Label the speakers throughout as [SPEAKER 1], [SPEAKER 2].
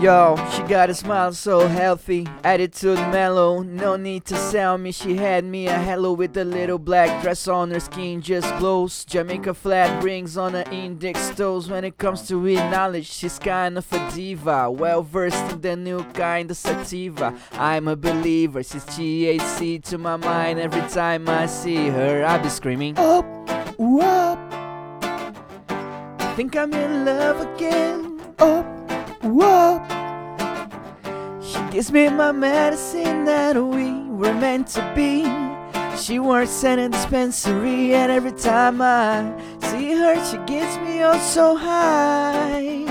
[SPEAKER 1] Yo, she got a smile so healthy, attitude mellow. No need to sell me, she had me a hello with a little black dress on. Her skin just glows. Jamaica flat rings on her index toes. When it comes to read knowledge, she's kind of a diva. Well versed in the new kind of sativa. I'm a believer, she's THC to my mind. Every time I see her, I be screaming.
[SPEAKER 2] Up, up,
[SPEAKER 1] Think I'm in love again.
[SPEAKER 2] up, up.
[SPEAKER 1] She gives me my medicine that we were meant to be. She works at a dispensary, and every time I see her, she gets me all so high.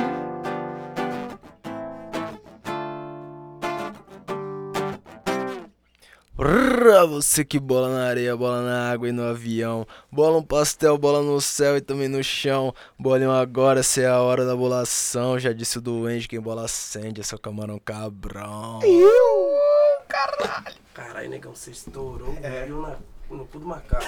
[SPEAKER 3] Rrr, você que bola na areia, bola na água e no avião, bola um pastel, bola no céu e também no chão, bolinho agora, se é a hora da bolação, já disse o doente, quem bola acende é seu camarão cabrão.
[SPEAKER 4] Caralho, negão, você estourou o barril na, no cu do macaco.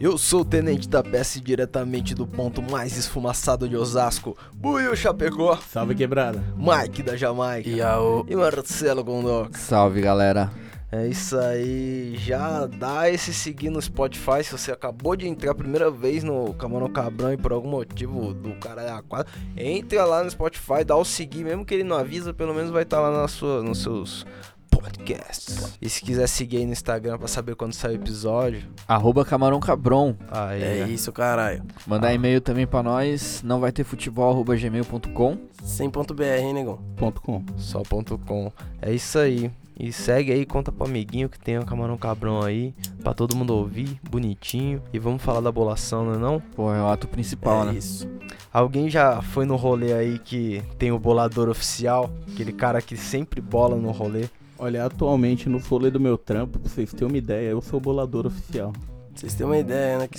[SPEAKER 3] Eu sou o Tenente da Peça e diretamente do ponto mais esfumaçado de Osasco, Buio Chapecó,
[SPEAKER 5] Salve quebrada.
[SPEAKER 3] Mike da Jamaica
[SPEAKER 4] E a o...
[SPEAKER 3] e Marcelo Gondor.
[SPEAKER 1] Salve galera.
[SPEAKER 3] É isso aí, já dá esse seguir no Spotify se você acabou de entrar a primeira vez no Camarão Cabrão e por algum motivo do cara é a quadra, entra lá no Spotify, dá o seguir, mesmo que ele não avisa, pelo menos vai estar lá na sua, nos seus podcasts. E se quiser seguir aí no Instagram pra saber quando sai o episódio,
[SPEAKER 1] Arroba Camarão Cabron.
[SPEAKER 3] aí
[SPEAKER 4] É
[SPEAKER 3] né?
[SPEAKER 4] isso, caralho.
[SPEAKER 1] Mandar e-mail também pra nós. Não vai ter futebol, arroba gmail.com.
[SPEAKER 4] Sem ponto BR, hein, negão?
[SPEAKER 5] Ponto com.
[SPEAKER 3] só ponto com. É isso aí. E segue aí, conta pro amiguinho que tem o Camarão Cabrão aí, pra todo mundo ouvir, bonitinho. E vamos falar da bolação, não é não?
[SPEAKER 1] Pô, é o ato principal,
[SPEAKER 4] é
[SPEAKER 1] né?
[SPEAKER 4] isso.
[SPEAKER 3] Alguém já foi no rolê aí que tem o bolador oficial, aquele cara que sempre bola no rolê.
[SPEAKER 5] Olha, atualmente no folha do meu trampo, pra vocês terem uma ideia, eu sou o bolador oficial.
[SPEAKER 4] Vocês têm uma ideia, né? Que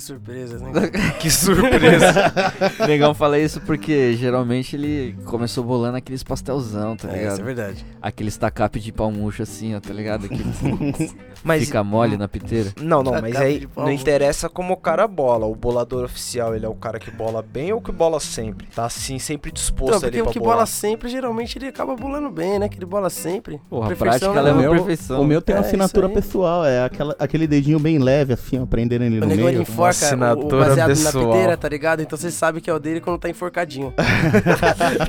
[SPEAKER 4] surpresa,
[SPEAKER 3] Tá
[SPEAKER 4] né?
[SPEAKER 3] Que surpresa!
[SPEAKER 1] Negão fala isso porque geralmente ele começou bolando aqueles pastelzão, tá
[SPEAKER 4] é, isso é
[SPEAKER 1] ligado?
[SPEAKER 4] verdade.
[SPEAKER 1] Aqueles tacape de pau murcho assim, ó, tá ligado? Aqueles
[SPEAKER 3] mas
[SPEAKER 1] fica mole na piteira.
[SPEAKER 3] não, não,
[SPEAKER 4] Tá
[SPEAKER 3] mas
[SPEAKER 4] capa
[SPEAKER 3] aí
[SPEAKER 4] de pau,
[SPEAKER 3] não
[SPEAKER 4] né?
[SPEAKER 3] interessa como o cara bola. O bolador oficial, ele é o cara que bola bem ou que bola sempre? Tá assim, sempre disposto
[SPEAKER 4] Não,
[SPEAKER 3] ali
[SPEAKER 4] Então, porque o
[SPEAKER 3] pra
[SPEAKER 4] que
[SPEAKER 3] bolar.
[SPEAKER 4] bola sempre, geralmente ele acaba bolando bem, né? Que ele bola sempre.
[SPEAKER 1] Porra, a
[SPEAKER 4] Perfeição,
[SPEAKER 1] prática
[SPEAKER 4] né?
[SPEAKER 1] leva
[SPEAKER 5] O
[SPEAKER 1] à
[SPEAKER 5] meu-
[SPEAKER 1] é perfeição.
[SPEAKER 5] O meu tem uma
[SPEAKER 4] É,
[SPEAKER 5] assinatura
[SPEAKER 4] isso aí.
[SPEAKER 5] pessoal, é aquela, aquele dedinho bem leve, assim, ó, prendendo ele
[SPEAKER 4] O
[SPEAKER 5] no
[SPEAKER 4] negócio de
[SPEAKER 5] meio.
[SPEAKER 4] enforca
[SPEAKER 3] uma
[SPEAKER 4] o, o
[SPEAKER 3] assinatura
[SPEAKER 4] baseado
[SPEAKER 3] pessoal.
[SPEAKER 4] na piteira, tá ligado? Então você sabe que é o dele quando tá enforcadinho.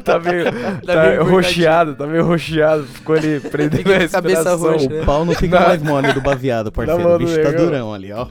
[SPEAKER 3] tá meio,
[SPEAKER 4] Tá meio
[SPEAKER 3] roxeado, tá meio roxeado. Ficou ali prendendo
[SPEAKER 4] Fica com a cabeça
[SPEAKER 3] respiração.
[SPEAKER 4] roxa.
[SPEAKER 5] O pau não fica mais mole do baseado, parceiro.
[SPEAKER 3] mão
[SPEAKER 5] O bicho
[SPEAKER 3] do
[SPEAKER 5] tá
[SPEAKER 3] negão.
[SPEAKER 5] durão ali, ó.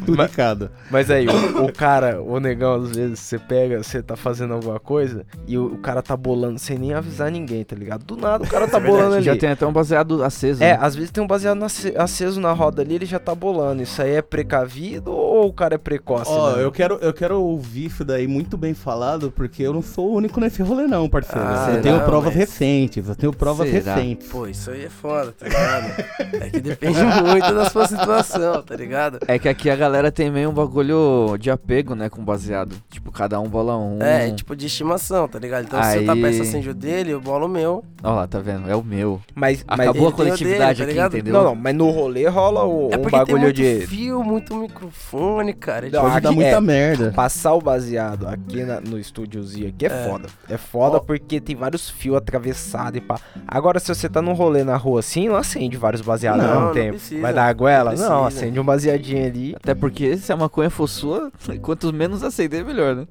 [SPEAKER 5] Estudicado.
[SPEAKER 3] Mas aí, o, o cara, o negão, às vezes você pega, você tá fazendo alguma coisa e o, o cara tá bolando sem nem avisar ninguém, tá ligado? Do nada o cara
[SPEAKER 4] É
[SPEAKER 3] tá bolando ali.
[SPEAKER 1] Já tem até um baseado aceso.
[SPEAKER 3] É,
[SPEAKER 1] né?
[SPEAKER 3] às vezes tem um baseado no ace- aceso na roda ali, ele já tá bolando. Isso aí é precavido ou o cara é precoce?
[SPEAKER 5] Ó,
[SPEAKER 3] né?
[SPEAKER 5] eu quero, eu quero ouvir isso daí muito bem falado, porque eu não sou o único nesse rolê, não, parceiro.
[SPEAKER 4] Ah,
[SPEAKER 5] eu tenho
[SPEAKER 4] será,
[SPEAKER 5] provas
[SPEAKER 4] mas-
[SPEAKER 5] recentes, eu tenho provas
[SPEAKER 1] Será?
[SPEAKER 5] recentes.
[SPEAKER 4] Pô, isso aí é foda, tá ligado? É que depende muito da sua situação, tá ligado?
[SPEAKER 1] É que aqui a galera tem meio um bagulho de apego, né, com baseado. Tipo, cada um bola um.
[SPEAKER 3] Hum.
[SPEAKER 4] É, tipo de estimação, tá ligado? Então se
[SPEAKER 1] Aí-
[SPEAKER 4] o tapeça acende o dele, eu bolo o meu.
[SPEAKER 1] Ó lá, tá vendo? É o meu.
[SPEAKER 3] Mas, mas
[SPEAKER 1] Acabou a
[SPEAKER 4] ele tem o
[SPEAKER 1] coletividade
[SPEAKER 4] dele, tá
[SPEAKER 1] aqui,
[SPEAKER 4] ligado?
[SPEAKER 1] entendeu?
[SPEAKER 3] Não, não, mas no rolê rola o,
[SPEAKER 4] É
[SPEAKER 3] um
[SPEAKER 4] porque tem
[SPEAKER 3] bagulho
[SPEAKER 4] muito
[SPEAKER 3] de
[SPEAKER 4] fio, muito microfone, cara. É
[SPEAKER 3] Não,
[SPEAKER 5] Pode
[SPEAKER 3] aqui
[SPEAKER 5] dar muita
[SPEAKER 3] é.
[SPEAKER 5] merda.
[SPEAKER 3] passar o baseado aqui na- no estúdiozinho aqui é, foda. É foda porque tem vários fios atravessados e pá. Agora, se você tá num rolê na rua assim, não acende vários baseados
[SPEAKER 5] Não,
[SPEAKER 3] ao mesmo
[SPEAKER 4] não
[SPEAKER 3] tempo.
[SPEAKER 4] precisa,
[SPEAKER 3] Vai dar a goela? Não,
[SPEAKER 4] não precisa.
[SPEAKER 3] acende um baseadinho ali.
[SPEAKER 1] Até porque se a maconha for sua, quanto menos acender, melhor, né?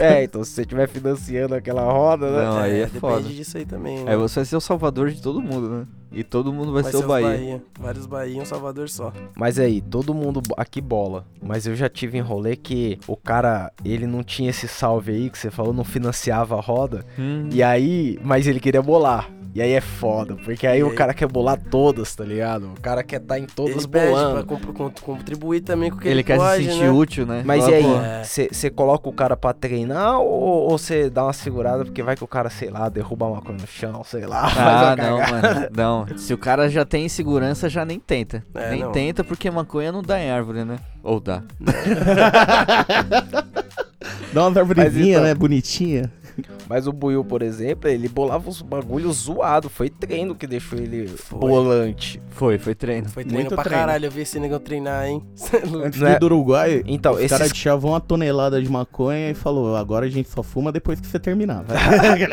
[SPEAKER 3] é, então se você estiver financiando aquela roda, né?
[SPEAKER 1] Não, aí é,
[SPEAKER 4] depende
[SPEAKER 1] foda.
[SPEAKER 4] disso aí também, né?
[SPEAKER 1] Aí você vai ser o salvador de todo mundo, né? E todo mundo vai, ser,
[SPEAKER 4] os
[SPEAKER 1] o Bahia.
[SPEAKER 4] Vários Bahia e um Salvador só.
[SPEAKER 3] Mas aí, todo mundo bo- aqui bola. Mas eu já tive em rolê que o cara, ele não tinha esse salve aí que você falou, não financiava a roda.
[SPEAKER 1] Hum.
[SPEAKER 3] E aí, mas ele queria bolar. E aí é foda, porque aí
[SPEAKER 4] E
[SPEAKER 3] o
[SPEAKER 4] aí?
[SPEAKER 3] cara quer bolar todas, tá ligado? O cara quer tá em todas
[SPEAKER 4] ele pede pra
[SPEAKER 3] bolando.
[SPEAKER 4] comp- cont- contribuir também com o que
[SPEAKER 1] Ele,
[SPEAKER 4] ele,
[SPEAKER 1] quer
[SPEAKER 4] pode,
[SPEAKER 1] se sentir
[SPEAKER 4] né?
[SPEAKER 1] útil, né?
[SPEAKER 3] Mas
[SPEAKER 1] Fala,
[SPEAKER 3] e aí,
[SPEAKER 1] pô,
[SPEAKER 4] É.
[SPEAKER 3] você coloca o cara pra treinar ou você dá uma segurada porque vai que o cara, sei lá, derruba uma coisa no chão, sei lá. faz
[SPEAKER 4] né?
[SPEAKER 1] Ah,
[SPEAKER 3] uma
[SPEAKER 1] não,
[SPEAKER 3] cagada.
[SPEAKER 1] mano. Não. Se o cara já tem insegurança, já nem tenta.
[SPEAKER 4] É,
[SPEAKER 1] nem
[SPEAKER 4] não.
[SPEAKER 1] tenta, porque maconha não dá em árvore, né? Ou dá.
[SPEAKER 5] Dá umas
[SPEAKER 3] Mas
[SPEAKER 5] arvorezinhas,
[SPEAKER 3] então-
[SPEAKER 5] né? Bonitinha.
[SPEAKER 3] Mas o Buiu, por exemplo, ele bolava os bagulhos zoado. Foi treino que deixou ele
[SPEAKER 4] Foi.
[SPEAKER 3] bolante.
[SPEAKER 1] Foi, foi treino.
[SPEAKER 4] Foi treino
[SPEAKER 5] Muito
[SPEAKER 4] pra
[SPEAKER 5] treino.
[SPEAKER 4] caralho, eu vi esse negão treinar, hein? Cê é louco.
[SPEAKER 5] Antes
[SPEAKER 3] Né?
[SPEAKER 5] do Uruguai,
[SPEAKER 3] Então,
[SPEAKER 5] os
[SPEAKER 3] esses-
[SPEAKER 5] caras deixavam uma tonelada de maconha e falou, agora a gente só fuma depois que você terminar. vai."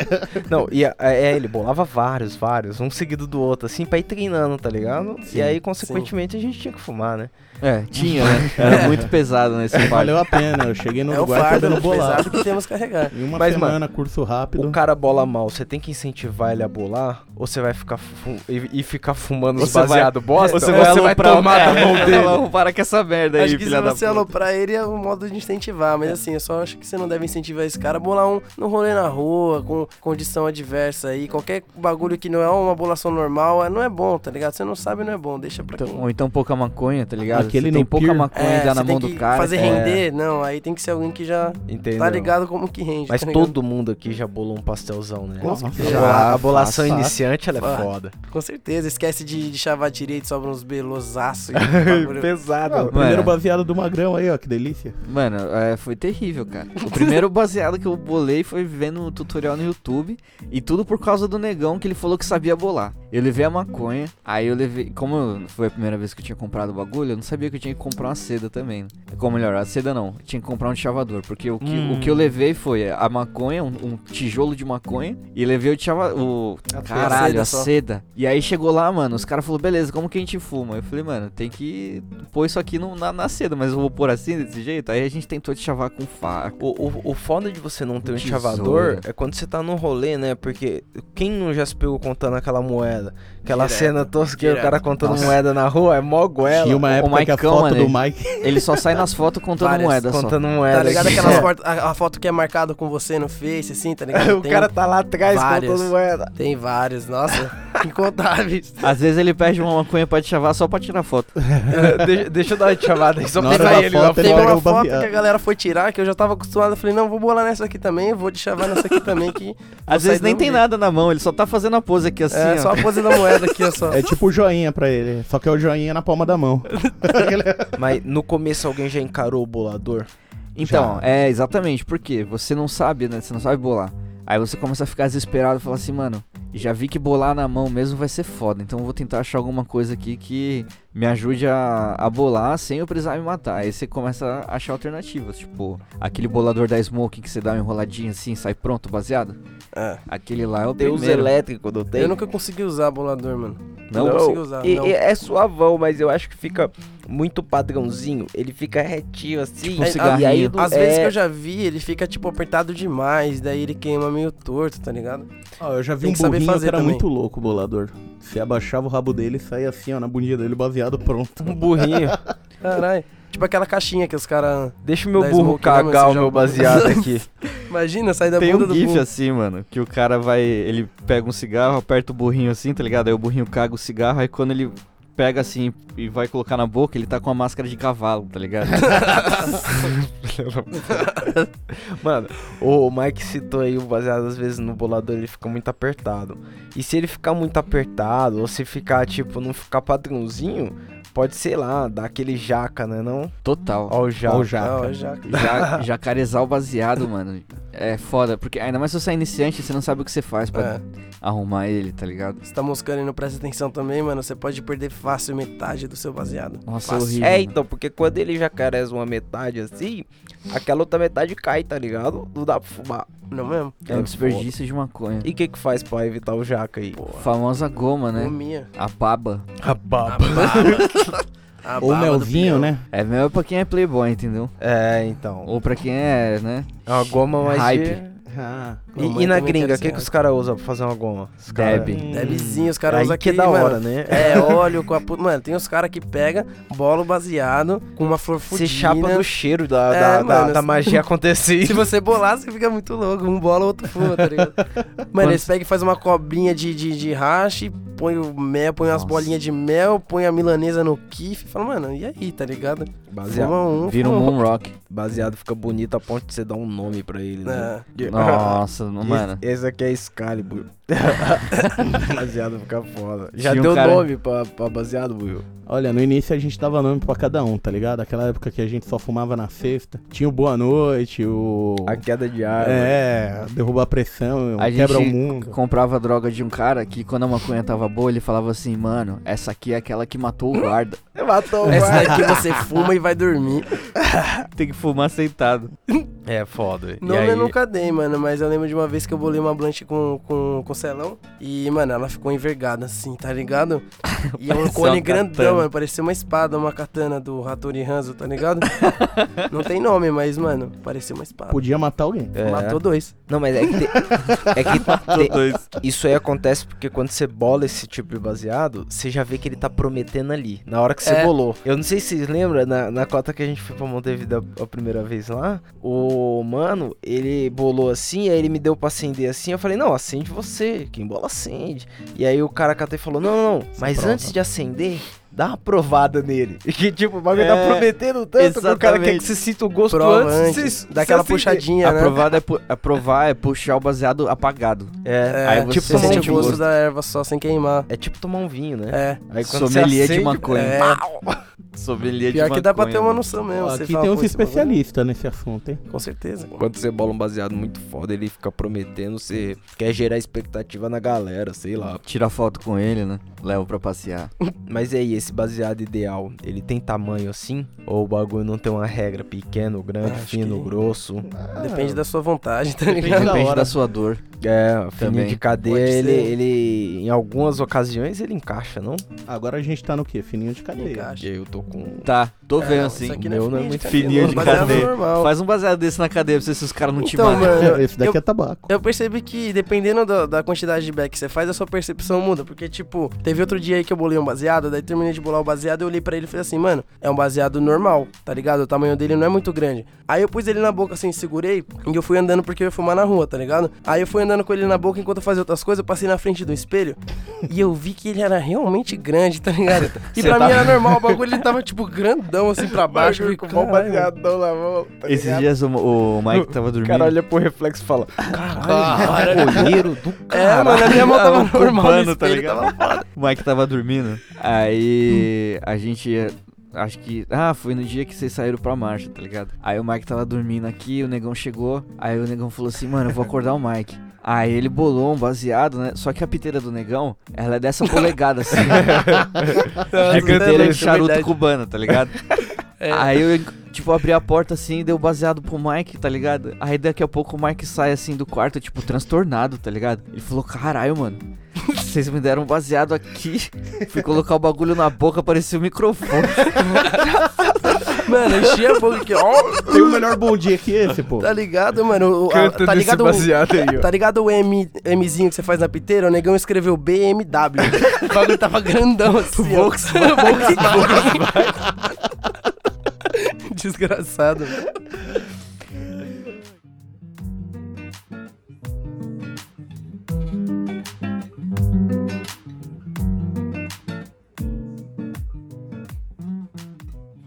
[SPEAKER 3] Não, e a- é, ele bolava vários, vários, um seguido do outro, assim, pra ir treinando, tá ligado? e aí, consequentemente, a gente tinha que fumar, né?
[SPEAKER 1] É, tinha, né? Era muito pesado nesse palho.
[SPEAKER 5] Valeu a pena, eu cheguei no
[SPEAKER 4] É o
[SPEAKER 5] Uruguai
[SPEAKER 4] fardo
[SPEAKER 5] fazendo bolado.
[SPEAKER 4] pesado que temos que carregar.
[SPEAKER 5] Em uma
[SPEAKER 3] Mas,
[SPEAKER 5] semana, curso rápido.
[SPEAKER 3] O cara bola mal, você tem que incentivar ele a bolar? Ou você vai ficar fu- e, e ficar fumando os
[SPEAKER 1] Você vai-
[SPEAKER 3] baseado bosta? Ou
[SPEAKER 1] Você vai,
[SPEAKER 3] você vai
[SPEAKER 1] aloprar o
[SPEAKER 3] tomar da
[SPEAKER 1] cara,
[SPEAKER 3] mão
[SPEAKER 1] vai
[SPEAKER 3] dele?
[SPEAKER 1] falar, "Ô, Para com essa merda aí,
[SPEAKER 4] acho que se
[SPEAKER 1] filha da puta.
[SPEAKER 4] você
[SPEAKER 1] É.
[SPEAKER 4] aloprar ele é um modo de incentivar, mas assim, eu só acho que você não deve incentivar esse cara a bolar um no rolê na rua, com condição adversa aí, qualquer bagulho que não é uma bolação normal, é- não é bom, tá ligado? Você não sabe, não é bom, deixa pra
[SPEAKER 1] Então-
[SPEAKER 4] quem...
[SPEAKER 1] ou então pouca maconha, tá ligado?
[SPEAKER 5] Aquele
[SPEAKER 1] Se tem
[SPEAKER 5] no
[SPEAKER 1] pouca
[SPEAKER 5] pier.
[SPEAKER 1] maconha
[SPEAKER 4] É,
[SPEAKER 1] e dá
[SPEAKER 4] você
[SPEAKER 1] na
[SPEAKER 4] tem
[SPEAKER 1] mão
[SPEAKER 4] que
[SPEAKER 1] do cara.
[SPEAKER 4] fazer
[SPEAKER 1] é.
[SPEAKER 4] render, não, aí tem que ser alguém que já
[SPEAKER 3] Entendeu?
[SPEAKER 4] tá ligado como que rende.
[SPEAKER 3] Mas
[SPEAKER 4] tá ligado?
[SPEAKER 3] todo mundo aqui já bolou um pastelzão, né?
[SPEAKER 5] Nossa,
[SPEAKER 3] A
[SPEAKER 4] já.
[SPEAKER 3] bola- a
[SPEAKER 5] fácil,
[SPEAKER 3] bolação
[SPEAKER 5] fácil.
[SPEAKER 3] iniciante, ela é
[SPEAKER 4] Fácil.
[SPEAKER 3] foda.
[SPEAKER 4] Com certeza, esquece de, de chavar direito, sobra uns belosaços. Bagulho...
[SPEAKER 5] Ah,
[SPEAKER 3] Pesado.
[SPEAKER 5] o primeiro
[SPEAKER 1] Mano.
[SPEAKER 5] baseado do Magrão aí, ó, que delícia.
[SPEAKER 1] Mano, é, foi terrível, cara. O primeiro baseado que eu bolei foi vendo um tutorial no YouTube. E tudo por causa do negão que ele falou que sabia bolar. Eu levei a maconha, aí eu levei. Como eu- foi a primeira vez que eu tinha comprado o bagulho, eu não sabia que eu tinha que comprar uma seda também. Ou melhor, a seda não. Eu tinha que comprar um chavador. Porque o que,
[SPEAKER 4] Hum.
[SPEAKER 1] o que eu levei foi a maconha, um, um tijolo de maconha. E levei o chavador. O,
[SPEAKER 3] A
[SPEAKER 1] caralho,
[SPEAKER 4] seda
[SPEAKER 1] a
[SPEAKER 4] só.
[SPEAKER 1] seda. E aí chegou lá, mano. Os caras falaram, beleza, como que a gente fuma? Eu falei, mano, tem que pôr isso aqui no- na, na seda, mas eu vou pôr assim desse jeito. Aí a gente tentou te chavar com faca.
[SPEAKER 3] O, o, o foda de você não ter um
[SPEAKER 1] Tesoura.
[SPEAKER 3] chavador é quando você tá no rolê, né? Porque quem não já se pegou contando aquela moeda? Aquela
[SPEAKER 4] Direto,
[SPEAKER 3] cena tosqueira, o cara contando
[SPEAKER 1] Nossa.
[SPEAKER 3] moeda na rua, é mó
[SPEAKER 5] Tinha
[SPEAKER 3] goela.
[SPEAKER 5] uma
[SPEAKER 1] o
[SPEAKER 5] época que a
[SPEAKER 1] Maicão,
[SPEAKER 5] foto
[SPEAKER 1] mano,
[SPEAKER 5] do Mike...
[SPEAKER 1] Ele só sai nas fotos contando
[SPEAKER 4] Várias,
[SPEAKER 1] moeda só.
[SPEAKER 3] Contando moeda.
[SPEAKER 4] Tá ligado
[SPEAKER 3] aqui.
[SPEAKER 4] aquelas
[SPEAKER 3] É.
[SPEAKER 4] fotos, a, a foto que é marcada com você no Face, assim, tá ligado?
[SPEAKER 3] O
[SPEAKER 4] Tem-
[SPEAKER 3] cara tá lá atrás
[SPEAKER 4] várias.
[SPEAKER 3] contando moeda.
[SPEAKER 4] Tem vários, nossa, incontáveis.
[SPEAKER 1] Às vezes ele perde uma maconha pra te chavar só pra tirar foto.
[SPEAKER 3] deixa, deixa eu dar uma chamada aí, só
[SPEAKER 4] Então,
[SPEAKER 5] Na
[SPEAKER 3] pra pegar
[SPEAKER 5] hora da
[SPEAKER 3] ele lá.
[SPEAKER 5] foto,
[SPEAKER 4] Teve
[SPEAKER 5] ele era
[SPEAKER 4] uma
[SPEAKER 5] o
[SPEAKER 4] foto que
[SPEAKER 5] baseado.
[SPEAKER 4] a galera foi tirar, que eu já tava acostumado, eu falei, não, vou bolar nessa aqui também, vou te chavar nessa aqui também, que...
[SPEAKER 1] Às
[SPEAKER 4] sai
[SPEAKER 1] vezes nem
[SPEAKER 4] dando
[SPEAKER 1] tem
[SPEAKER 4] jeito.
[SPEAKER 1] nada na mão, ele só tá fazendo a pose aqui assim,
[SPEAKER 4] é,
[SPEAKER 1] ó.
[SPEAKER 4] só a pose da moeda aqui, ó, só.
[SPEAKER 5] É tipo o joinha pra ele, só que é o joinha na palma da mão.
[SPEAKER 3] Mas no começo alguém já encarou o bolador?
[SPEAKER 1] Então, é exatamente, porque você não sabe, né? Você não sabe bolar. Aí você começa a ficar desesperado e fala assim, mano, já vi que bolar na mão mesmo vai ser foda, então eu vou tentar achar alguma coisa aqui que me ajude a, a bolar sem eu precisar me matar. Aí você começa a achar alternativas, tipo, aquele bolador da Smoke que você dá uma enroladinha assim, sai pronto, baseado.
[SPEAKER 4] É.
[SPEAKER 1] Aquele lá é o
[SPEAKER 3] Deus
[SPEAKER 1] primeiro.
[SPEAKER 3] elétrico, não tem?
[SPEAKER 4] Eu nunca consegui usar bolador, mano.
[SPEAKER 1] Não,
[SPEAKER 4] Não. consigo usar,
[SPEAKER 3] E,
[SPEAKER 4] não.
[SPEAKER 3] e é suavão, mas eu acho que fica muito padrãozinho. Ele fica retinho assim.
[SPEAKER 1] Tipo um
[SPEAKER 3] É,
[SPEAKER 1] cigarrinho.
[SPEAKER 3] E aí, do-
[SPEAKER 4] Às
[SPEAKER 3] é,
[SPEAKER 4] vezes que eu já vi, ele fica, tipo, apertado demais, daí ele queima meio torto, tá ligado?
[SPEAKER 5] Ó, eu já vi
[SPEAKER 4] Tem
[SPEAKER 5] um
[SPEAKER 4] que saber
[SPEAKER 5] burrinho
[SPEAKER 4] fazer
[SPEAKER 5] que era
[SPEAKER 4] também.
[SPEAKER 5] muito louco, o bolador. Você abaixava o rabo dele e saía assim, ó, na bundinha dele, baseado, pronto.
[SPEAKER 3] um burrinho.
[SPEAKER 4] Caralho. Tipo aquela caixinha que os caras...
[SPEAKER 3] Deixa o meu
[SPEAKER 4] Da
[SPEAKER 3] burro
[SPEAKER 4] Smoke, né, mas
[SPEAKER 3] cagar
[SPEAKER 4] eu
[SPEAKER 3] o
[SPEAKER 4] já-
[SPEAKER 3] meu baseado aqui.
[SPEAKER 4] Imagina, sai da
[SPEAKER 1] Tem
[SPEAKER 4] bunda
[SPEAKER 1] um
[SPEAKER 4] do
[SPEAKER 1] gif
[SPEAKER 4] burro.
[SPEAKER 1] assim, mano, que o cara vai, ele pega um cigarro, aperta o burrinho assim, tá ligado? Aí o burrinho caga o cigarro, aí quando ele pega assim e vai colocar na boca, ele tá com a máscara de cavalo, tá ligado?
[SPEAKER 3] Mano, o Mike citou aí o baseado, às vezes no bolador ele fica muito apertado. E se ele ficar muito apertado, ou se ficar, tipo, não ficar padrãozinho, pode, sei lá, dar aquele jaca, né? Não?
[SPEAKER 1] Total.
[SPEAKER 3] Ó, o jaca.
[SPEAKER 5] Ó o jaca.
[SPEAKER 4] Ah, ó, já.
[SPEAKER 1] Ja- jacarezal baseado, mano. É foda, porque ainda mais se você é iniciante, você não sabe o que você faz pra
[SPEAKER 4] É.
[SPEAKER 1] arrumar ele, tá ligado?
[SPEAKER 4] Se tá moscando e não presta atenção também, mano, você pode perder fácil metade do seu baseado.
[SPEAKER 1] Nossa, é
[SPEAKER 4] Fácil.
[SPEAKER 1] horrível.
[SPEAKER 3] É,
[SPEAKER 1] mano.
[SPEAKER 3] então, porque quando ele jacareza uma metade assim, aquela outra metade cai, tá ligado? Não dá pra fumar.
[SPEAKER 4] Não mesmo?
[SPEAKER 1] É um desperdício de maconha.
[SPEAKER 3] E o que que faz pra evitar o jaca aí?
[SPEAKER 1] Famosa goma, né?
[SPEAKER 4] Comia.
[SPEAKER 1] A baba.
[SPEAKER 3] A
[SPEAKER 4] A
[SPEAKER 3] baba.
[SPEAKER 4] baba. A baba Ah,
[SPEAKER 5] Ou
[SPEAKER 4] do
[SPEAKER 5] melzinho,
[SPEAKER 4] peão.
[SPEAKER 5] né?
[SPEAKER 1] É mesmo pra quem é playboy, entendeu?
[SPEAKER 3] É, então.
[SPEAKER 1] Ou pra quem é, né?
[SPEAKER 3] É uma goma mais
[SPEAKER 1] Hype.
[SPEAKER 3] de-
[SPEAKER 5] Ah,
[SPEAKER 3] E,
[SPEAKER 4] Mamãe
[SPEAKER 3] e na
[SPEAKER 4] também
[SPEAKER 3] gringa,
[SPEAKER 4] quero
[SPEAKER 3] o que,
[SPEAKER 4] ser
[SPEAKER 3] que os
[SPEAKER 4] hype.
[SPEAKER 3] caras usam pra fazer uma goma? Os cara-
[SPEAKER 1] Deb.
[SPEAKER 4] Hum. Debezinho, os
[SPEAKER 3] Aí
[SPEAKER 4] caras usam
[SPEAKER 3] que é
[SPEAKER 4] aquele,
[SPEAKER 3] da
[SPEAKER 4] mano.
[SPEAKER 3] hora, né?
[SPEAKER 4] É, óleo com a puta. Mano, tem uns caras que pega bolo baseado com uma flor
[SPEAKER 3] Você
[SPEAKER 4] fudida.
[SPEAKER 3] chapa do cheiro da,
[SPEAKER 4] É,
[SPEAKER 3] da, da-
[SPEAKER 4] mano,
[SPEAKER 3] da
[SPEAKER 4] se-
[SPEAKER 3] magia acontecer.
[SPEAKER 4] Se você bolar, você fica muito louco. Um bola, outro fuma, tá ligado? Mano, eles pegam e fazem uma cobrinha de, de, de hash, põe o mel, põe umas
[SPEAKER 1] Nossa.
[SPEAKER 4] bolinhas de mel, põe a milanesa no kiff. Fala, mano, e aí, tá ligado?
[SPEAKER 3] Baseado,
[SPEAKER 4] Fuma um,
[SPEAKER 1] Vira um
[SPEAKER 4] fuma
[SPEAKER 1] moonrock.
[SPEAKER 3] baseado fica bonito a ponto de você dar um nome pra ele,
[SPEAKER 4] outro.
[SPEAKER 3] né?
[SPEAKER 4] É.
[SPEAKER 3] De-
[SPEAKER 1] Nossa, mano.
[SPEAKER 3] Esse, esse aqui é Excalibur. baseado fica foda. Já
[SPEAKER 1] Tinha um
[SPEAKER 3] deu
[SPEAKER 1] cara-
[SPEAKER 3] nome pra, pra baseado, Will.
[SPEAKER 5] Olha, no início a gente dava nome pra cada um, tá ligado? Aquela época que a gente só fumava na sexta. Tinha o Boa Noite, o.
[SPEAKER 3] A queda de ar.
[SPEAKER 5] É, derruba a pressão, o
[SPEAKER 1] A gente
[SPEAKER 5] quebra o mundo.
[SPEAKER 1] comprava droga de um cara que quando a maconha tava boa, ele falava assim, mano, essa aqui é aquela que matou o guarda.
[SPEAKER 3] Matou o
[SPEAKER 4] Essa
[SPEAKER 3] ar.
[SPEAKER 4] daqui um, você fuma e vai dormir.
[SPEAKER 1] Tem que fumar sentado. né,
[SPEAKER 3] É foda. E
[SPEAKER 4] Nome
[SPEAKER 3] aí-
[SPEAKER 4] eu nunca dei, mano, mas eu lembro de uma vez que eu bolei uma blanche com, com, com o Celão e, mano, ela ficou envergada assim, tá ligado? E é um
[SPEAKER 1] Parecia
[SPEAKER 4] cone
[SPEAKER 1] uma
[SPEAKER 4] grandão,
[SPEAKER 1] katana.
[SPEAKER 4] mano, parecia uma espada, uma katana do Hattori Hanzo, tá ligado? Não tem nome, mas, mano, parecia uma espada.
[SPEAKER 5] Podia matar alguém.
[SPEAKER 3] É.
[SPEAKER 4] Matou dois.
[SPEAKER 3] Não, mas é que, te- é que te- isso aí acontece porque quando você bola esse tipo de baseado, você já vê que ele tá prometendo ali, na hora que você
[SPEAKER 4] É.
[SPEAKER 3] bolou. Eu não sei se vocês lembram, na, na cota que a gente foi pra Montevideo a primeira vez lá, o mano, ele bolou assim, aí ele me deu pra acender assim, eu falei, não, acende você, quem bola acende. E aí o cara catei e falou, não, não, não, mas
[SPEAKER 5] prova.
[SPEAKER 3] antes de acender... Dá uma provada nele. E que, tipo, o bagulho tá
[SPEAKER 1] É,
[SPEAKER 3] prometendo tanto que o cara quer
[SPEAKER 1] exatamente.
[SPEAKER 3] que você sinta o gosto
[SPEAKER 4] Prova
[SPEAKER 3] antes, de
[SPEAKER 4] antes,
[SPEAKER 3] você-
[SPEAKER 4] dá aquela
[SPEAKER 3] você acender.
[SPEAKER 4] puxadinha, né?
[SPEAKER 1] Aprovado é pu- aprovar é puxar o baseado apagado.
[SPEAKER 3] É,
[SPEAKER 4] É,
[SPEAKER 1] Aí você
[SPEAKER 4] tipo,
[SPEAKER 3] sente
[SPEAKER 4] sente
[SPEAKER 3] o
[SPEAKER 4] o gosto
[SPEAKER 1] gosto.
[SPEAKER 4] da erva só, sem queimar.
[SPEAKER 3] é tipo tomar um vinho, né?
[SPEAKER 4] É,
[SPEAKER 3] Aí
[SPEAKER 1] Sommelier de maconha.
[SPEAKER 4] é.
[SPEAKER 1] Sommelier
[SPEAKER 4] Pior
[SPEAKER 1] de
[SPEAKER 4] que dá pra
[SPEAKER 1] maconha,
[SPEAKER 4] ter uma
[SPEAKER 1] mano.
[SPEAKER 4] noção mesmo.
[SPEAKER 5] Ó,
[SPEAKER 4] você
[SPEAKER 5] aqui
[SPEAKER 4] fala,
[SPEAKER 5] tem um
[SPEAKER 4] "Pô,
[SPEAKER 5] uns
[SPEAKER 4] esse bagulho-" é
[SPEAKER 5] especialistas nesse assunto, hein?
[SPEAKER 4] Com certeza.
[SPEAKER 3] Quando você bola um baseado muito foda, ele fica prometendo, você quer gerar expectativa na galera, sei lá.
[SPEAKER 1] Tira foto com ele, né? Leva pra passear.
[SPEAKER 3] Mas e aí, esse baseado ideal, ele tem tamanho assim? Ou o bagulho não tem uma regra pequeno, grande,
[SPEAKER 4] Acho
[SPEAKER 3] fino,
[SPEAKER 4] que- é.
[SPEAKER 3] grosso?
[SPEAKER 4] Depende da sua vontade, tá
[SPEAKER 5] Ah. Depende
[SPEAKER 4] ligado?
[SPEAKER 5] da
[SPEAKER 1] Depende
[SPEAKER 5] hora.
[SPEAKER 1] da sua dor.
[SPEAKER 3] É, fininho
[SPEAKER 1] Também.
[SPEAKER 3] de cadeia,
[SPEAKER 4] Pode
[SPEAKER 3] ele,
[SPEAKER 4] ser.
[SPEAKER 3] ele, em algumas ocasiões, ele encaixa, não?
[SPEAKER 5] Agora a gente tá no quê? Fininho de cadeia.
[SPEAKER 4] Encaixa.
[SPEAKER 3] E aí eu tô com... um
[SPEAKER 1] Tá, tô
[SPEAKER 4] É, tá
[SPEAKER 1] vendo
[SPEAKER 4] não,
[SPEAKER 1] assim.
[SPEAKER 4] isso aqui
[SPEAKER 3] meu não é
[SPEAKER 4] fininho
[SPEAKER 3] muito
[SPEAKER 4] cadeia,
[SPEAKER 1] fininho de
[SPEAKER 4] não, baseado
[SPEAKER 1] cadeia.
[SPEAKER 4] normal.
[SPEAKER 1] Faz um baseado desse na cadeia pra você se os caras não te
[SPEAKER 4] Então,
[SPEAKER 1] matam.
[SPEAKER 4] mano,
[SPEAKER 5] Esse daqui
[SPEAKER 4] eu-
[SPEAKER 5] é tabaco.
[SPEAKER 4] Eu percebi que, dependendo da, da quantidade de back que você faz, a sua percepção muda. Porque, tipo, teve outro dia aí que eu bolei um baseado, daí terminei de bolar o baseado, eu olhei pra ele e falei assim, mano, é um baseado normal, tá ligado? O tamanho dele não é muito grande. Aí eu pus ele na boca assim, segurei, e eu fui andando porque eu ia fumar na rua, tá ligado? Aí eu fui andando com ele na boca enquanto eu fazia outras coisas, eu passei na frente do espelho e eu vi que ele era realmente grande, tá ligado? E pra mim era normal, o bagulho ele tava, tipo, grandão assim pra baixo. eu falei, "Caralho,
[SPEAKER 3] na mão, tá
[SPEAKER 1] Esses dias o, o Mike tava
[SPEAKER 3] O
[SPEAKER 1] dormindo.
[SPEAKER 3] cara olha pro reflexo e fala,
[SPEAKER 4] Ah,
[SPEAKER 3] caralho, olheiro do
[SPEAKER 4] É, mano, a minha mão tava
[SPEAKER 1] Tava
[SPEAKER 4] normal. no
[SPEAKER 1] ocupando, tá
[SPEAKER 4] espelho,
[SPEAKER 1] ligado?
[SPEAKER 4] tava
[SPEAKER 1] O Mike tava dormindo. Aí a gente ia. Acho que. Ah, foi no dia que vocês saíram pra marcha, tá ligado? Aí o Mike tava dormindo aqui, o negão chegou. Aí o negão falou assim, mano, eu vou acordar o Mike. Aí ele bolou um baseado, né? Só que a piteira do negão, ela é dessa polegada, assim.
[SPEAKER 3] Então,
[SPEAKER 1] é piteira de
[SPEAKER 4] Exatamente,
[SPEAKER 1] charuto
[SPEAKER 4] verdade.
[SPEAKER 1] cubano, tá ligado?
[SPEAKER 4] É.
[SPEAKER 1] Aí eu, tipo, abri a porta assim e deu baseado pro Mike, tá ligado? Aí daqui a pouco o Mike sai assim do quarto, tipo, transtornado, tá ligado? Ele falou, caralho, mano. Vocês me deram um baseado aqui. Fui colocar o bagulho na boca, parecia um microfone.
[SPEAKER 4] Mano, eu enchi a boca aqui, ó.
[SPEAKER 5] Tem o melhor bom dia que esse, pô.
[SPEAKER 4] Tá ligado, mano? O- a-
[SPEAKER 3] canto
[SPEAKER 4] tá
[SPEAKER 3] desse
[SPEAKER 4] ligado o.
[SPEAKER 3] baseado aí, ó.
[SPEAKER 4] Tá ligado o M, Mzinho que você faz na piteira? O negão escreveu BMW. o bagulho tava grandão assim. Volkswagen. Volkswagen. Desgraçado. mano.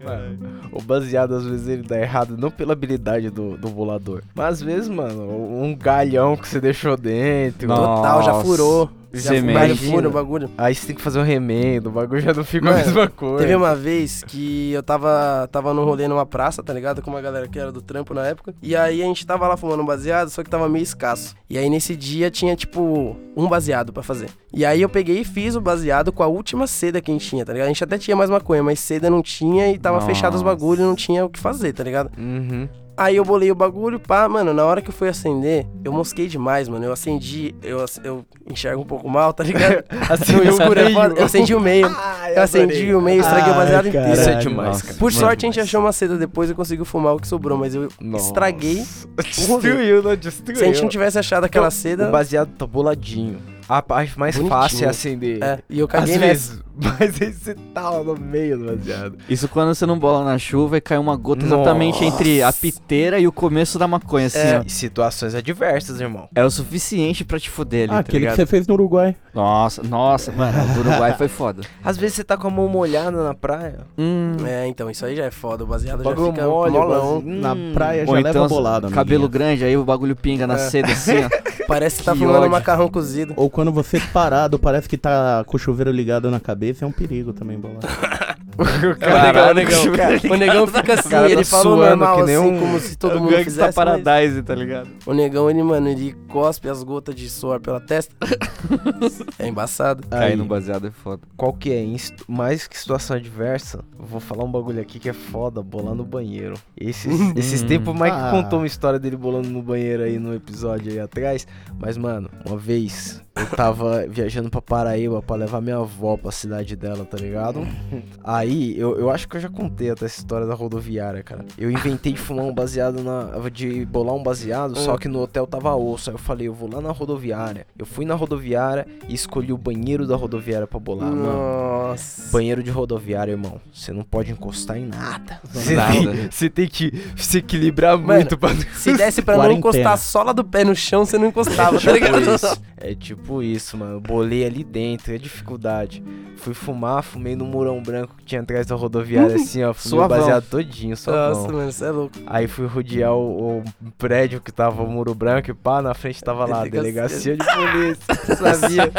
[SPEAKER 3] Mano, o baseado às vezes ele dá errado, não pela habilidade do, do bolador, mas às vezes, mano, um galhão que você deixou dentro.
[SPEAKER 1] Nossa.
[SPEAKER 4] Total, já furou. Já
[SPEAKER 1] Você
[SPEAKER 4] furou, já
[SPEAKER 1] imagina.
[SPEAKER 4] fura o bagulho.
[SPEAKER 3] Aí você tem que fazer um remendo, o bagulho já não fica a
[SPEAKER 4] Mano,
[SPEAKER 3] mesma coisa.
[SPEAKER 4] Teve uma vez que eu tava, tava num rolê numa praça, tá ligado? Com uma galera que era do trampo na época. E aí a gente tava lá fumando um baseado, só que tava meio escasso. E aí nesse dia tinha, tipo, um baseado pra fazer. E aí eu peguei e fiz o baseado com a última seda que a gente tinha, tá ligado? A gente até tinha mais maconha, mas seda não tinha e tava fechado os
[SPEAKER 1] Nossa.
[SPEAKER 4] bagulhos, não tinha o que fazer, tá ligado?
[SPEAKER 3] Uhum.
[SPEAKER 4] Aí eu bolei o bagulho, pá, mano, na hora que eu fui acender, eu mosquei demais, mano. Eu acendi, eu, ac- eu enxergo um pouco mal, tá ligado?
[SPEAKER 3] Acendeu
[SPEAKER 4] Não, escuro é
[SPEAKER 3] meio.
[SPEAKER 4] foda. eu acendi o meio. eu acendi o meio, estraguei o
[SPEAKER 5] Ai,
[SPEAKER 4] baseado
[SPEAKER 5] cara.
[SPEAKER 4] inteiro.
[SPEAKER 3] Isso é
[SPEAKER 5] Caralho,
[SPEAKER 3] demais,
[SPEAKER 1] nossa.
[SPEAKER 3] cara.
[SPEAKER 4] Por
[SPEAKER 1] Mano,
[SPEAKER 4] sorte, a gente achou uma seda depois e conseguiu fumar o que sobrou, mas eu
[SPEAKER 3] Nossa.
[SPEAKER 4] estraguei.
[SPEAKER 3] Destruiu, não destruiu. um
[SPEAKER 4] Se a gente não tivesse achado aquela seda.
[SPEAKER 3] O baseado tá boladinho. a parte mais
[SPEAKER 4] Bonitinho.
[SPEAKER 3] fácil é acender.
[SPEAKER 4] É, e eu
[SPEAKER 3] Às
[SPEAKER 4] caguei nessa.
[SPEAKER 3] vezes, mas aí você tá lá no meio, rapaziada.
[SPEAKER 1] Isso quando você não bola na chuva e cai uma gota exatamente entre a
[SPEAKER 3] Nossa.
[SPEAKER 1] piteira e o começo da maconha, assim,
[SPEAKER 3] É,
[SPEAKER 1] ó.
[SPEAKER 3] e situações adversas, irmão.
[SPEAKER 1] É o suficiente pra te foder ali,
[SPEAKER 5] Ah,
[SPEAKER 1] tá
[SPEAKER 5] aquele que
[SPEAKER 1] ligado?
[SPEAKER 5] você fez no Uruguai.
[SPEAKER 1] Nossa, nossa, mano, o do Uruguai foi foda.
[SPEAKER 3] Às vezes você tá com a mão molhada na praia.
[SPEAKER 1] Hum,
[SPEAKER 4] É, então, isso aí já é foda. O baseado já
[SPEAKER 3] Bagulho
[SPEAKER 4] fica
[SPEAKER 3] mole,
[SPEAKER 4] molão.
[SPEAKER 3] bagulho-
[SPEAKER 5] Na
[SPEAKER 3] Hum.
[SPEAKER 5] praia já
[SPEAKER 1] ou
[SPEAKER 5] leva né?
[SPEAKER 1] então,
[SPEAKER 5] bolada, amiguinho.
[SPEAKER 1] cabelo grande, aí o bagulho pinga na
[SPEAKER 4] É.
[SPEAKER 1] seda, assim, ó.
[SPEAKER 4] Parece que tá
[SPEAKER 1] Que
[SPEAKER 4] fumando
[SPEAKER 1] ódio.
[SPEAKER 4] macarrão cozido.
[SPEAKER 5] Ou quando você parado, parece que tá com o chuveiro ligado na cabeça, é um perigo também, bolada.
[SPEAKER 4] o negão, o negão, o negão fica assim,
[SPEAKER 3] cara tá
[SPEAKER 4] ele falou
[SPEAKER 3] suando
[SPEAKER 4] normal,
[SPEAKER 3] que nem
[SPEAKER 4] assim,
[SPEAKER 3] um-
[SPEAKER 4] como se todo
[SPEAKER 1] O
[SPEAKER 4] mundo
[SPEAKER 1] Gangs
[SPEAKER 4] fizesse.
[SPEAKER 1] tá
[SPEAKER 4] mas
[SPEAKER 1] Paradise, tá ligado?
[SPEAKER 4] O negão, ele, mano, ele cospe as gotas de suor pela testa. é embaçado.
[SPEAKER 3] Ah,
[SPEAKER 1] Cair
[SPEAKER 5] Aí.
[SPEAKER 1] no baseado é foda.
[SPEAKER 3] Qual que é? Em situ- mais que situação adversa, eu vou falar um bagulho aqui que é foda, bolar no banheiro. Esses, esses tempos o Mike
[SPEAKER 5] Ah.
[SPEAKER 3] contou uma história dele bolando no banheiro aí no episódio aí atrás. Mas, mano, uma vez eu tava viajando pra Paraíba pra levar minha avó pra cidade dela, tá ligado? Aí, eu, eu acho que eu já contei até essa história da rodoviária, cara. Eu inventei de fumar um baseado na. de bolar um baseado, só que no hotel tava osso. Aí eu falei, eu vou lá na rodoviária. Eu fui na rodoviária e escolhi o banheiro da rodoviária pra bolar, mano.
[SPEAKER 4] Nossa.
[SPEAKER 3] Banheiro de rodoviária, irmão. Você não pode encostar em nada. Você
[SPEAKER 1] Nada.
[SPEAKER 3] tem, você tem que se equilibrar
[SPEAKER 4] Mano,
[SPEAKER 3] muito pra
[SPEAKER 4] Se desse pra não
[SPEAKER 5] Quarentena.
[SPEAKER 4] encostar a sola do pé no chão, você não encostava, tá
[SPEAKER 3] tipo
[SPEAKER 4] ligado?
[SPEAKER 3] isso. É tipo isso, mano. Eu Bolei ali dentro, é dificuldade. Fui fumar, fumei no murão branco que tinha atrás da rodoviária, assim, ó. Fumei o
[SPEAKER 1] Suavão.
[SPEAKER 3] baseado todinho,
[SPEAKER 4] Nossa,
[SPEAKER 3] só
[SPEAKER 4] mano, você é louco.
[SPEAKER 3] Aí fui rodear o, o prédio que tava o muro branco e pá, na frente tava lá, a delegacia
[SPEAKER 4] Delegacia.
[SPEAKER 3] de polícia. Sabia?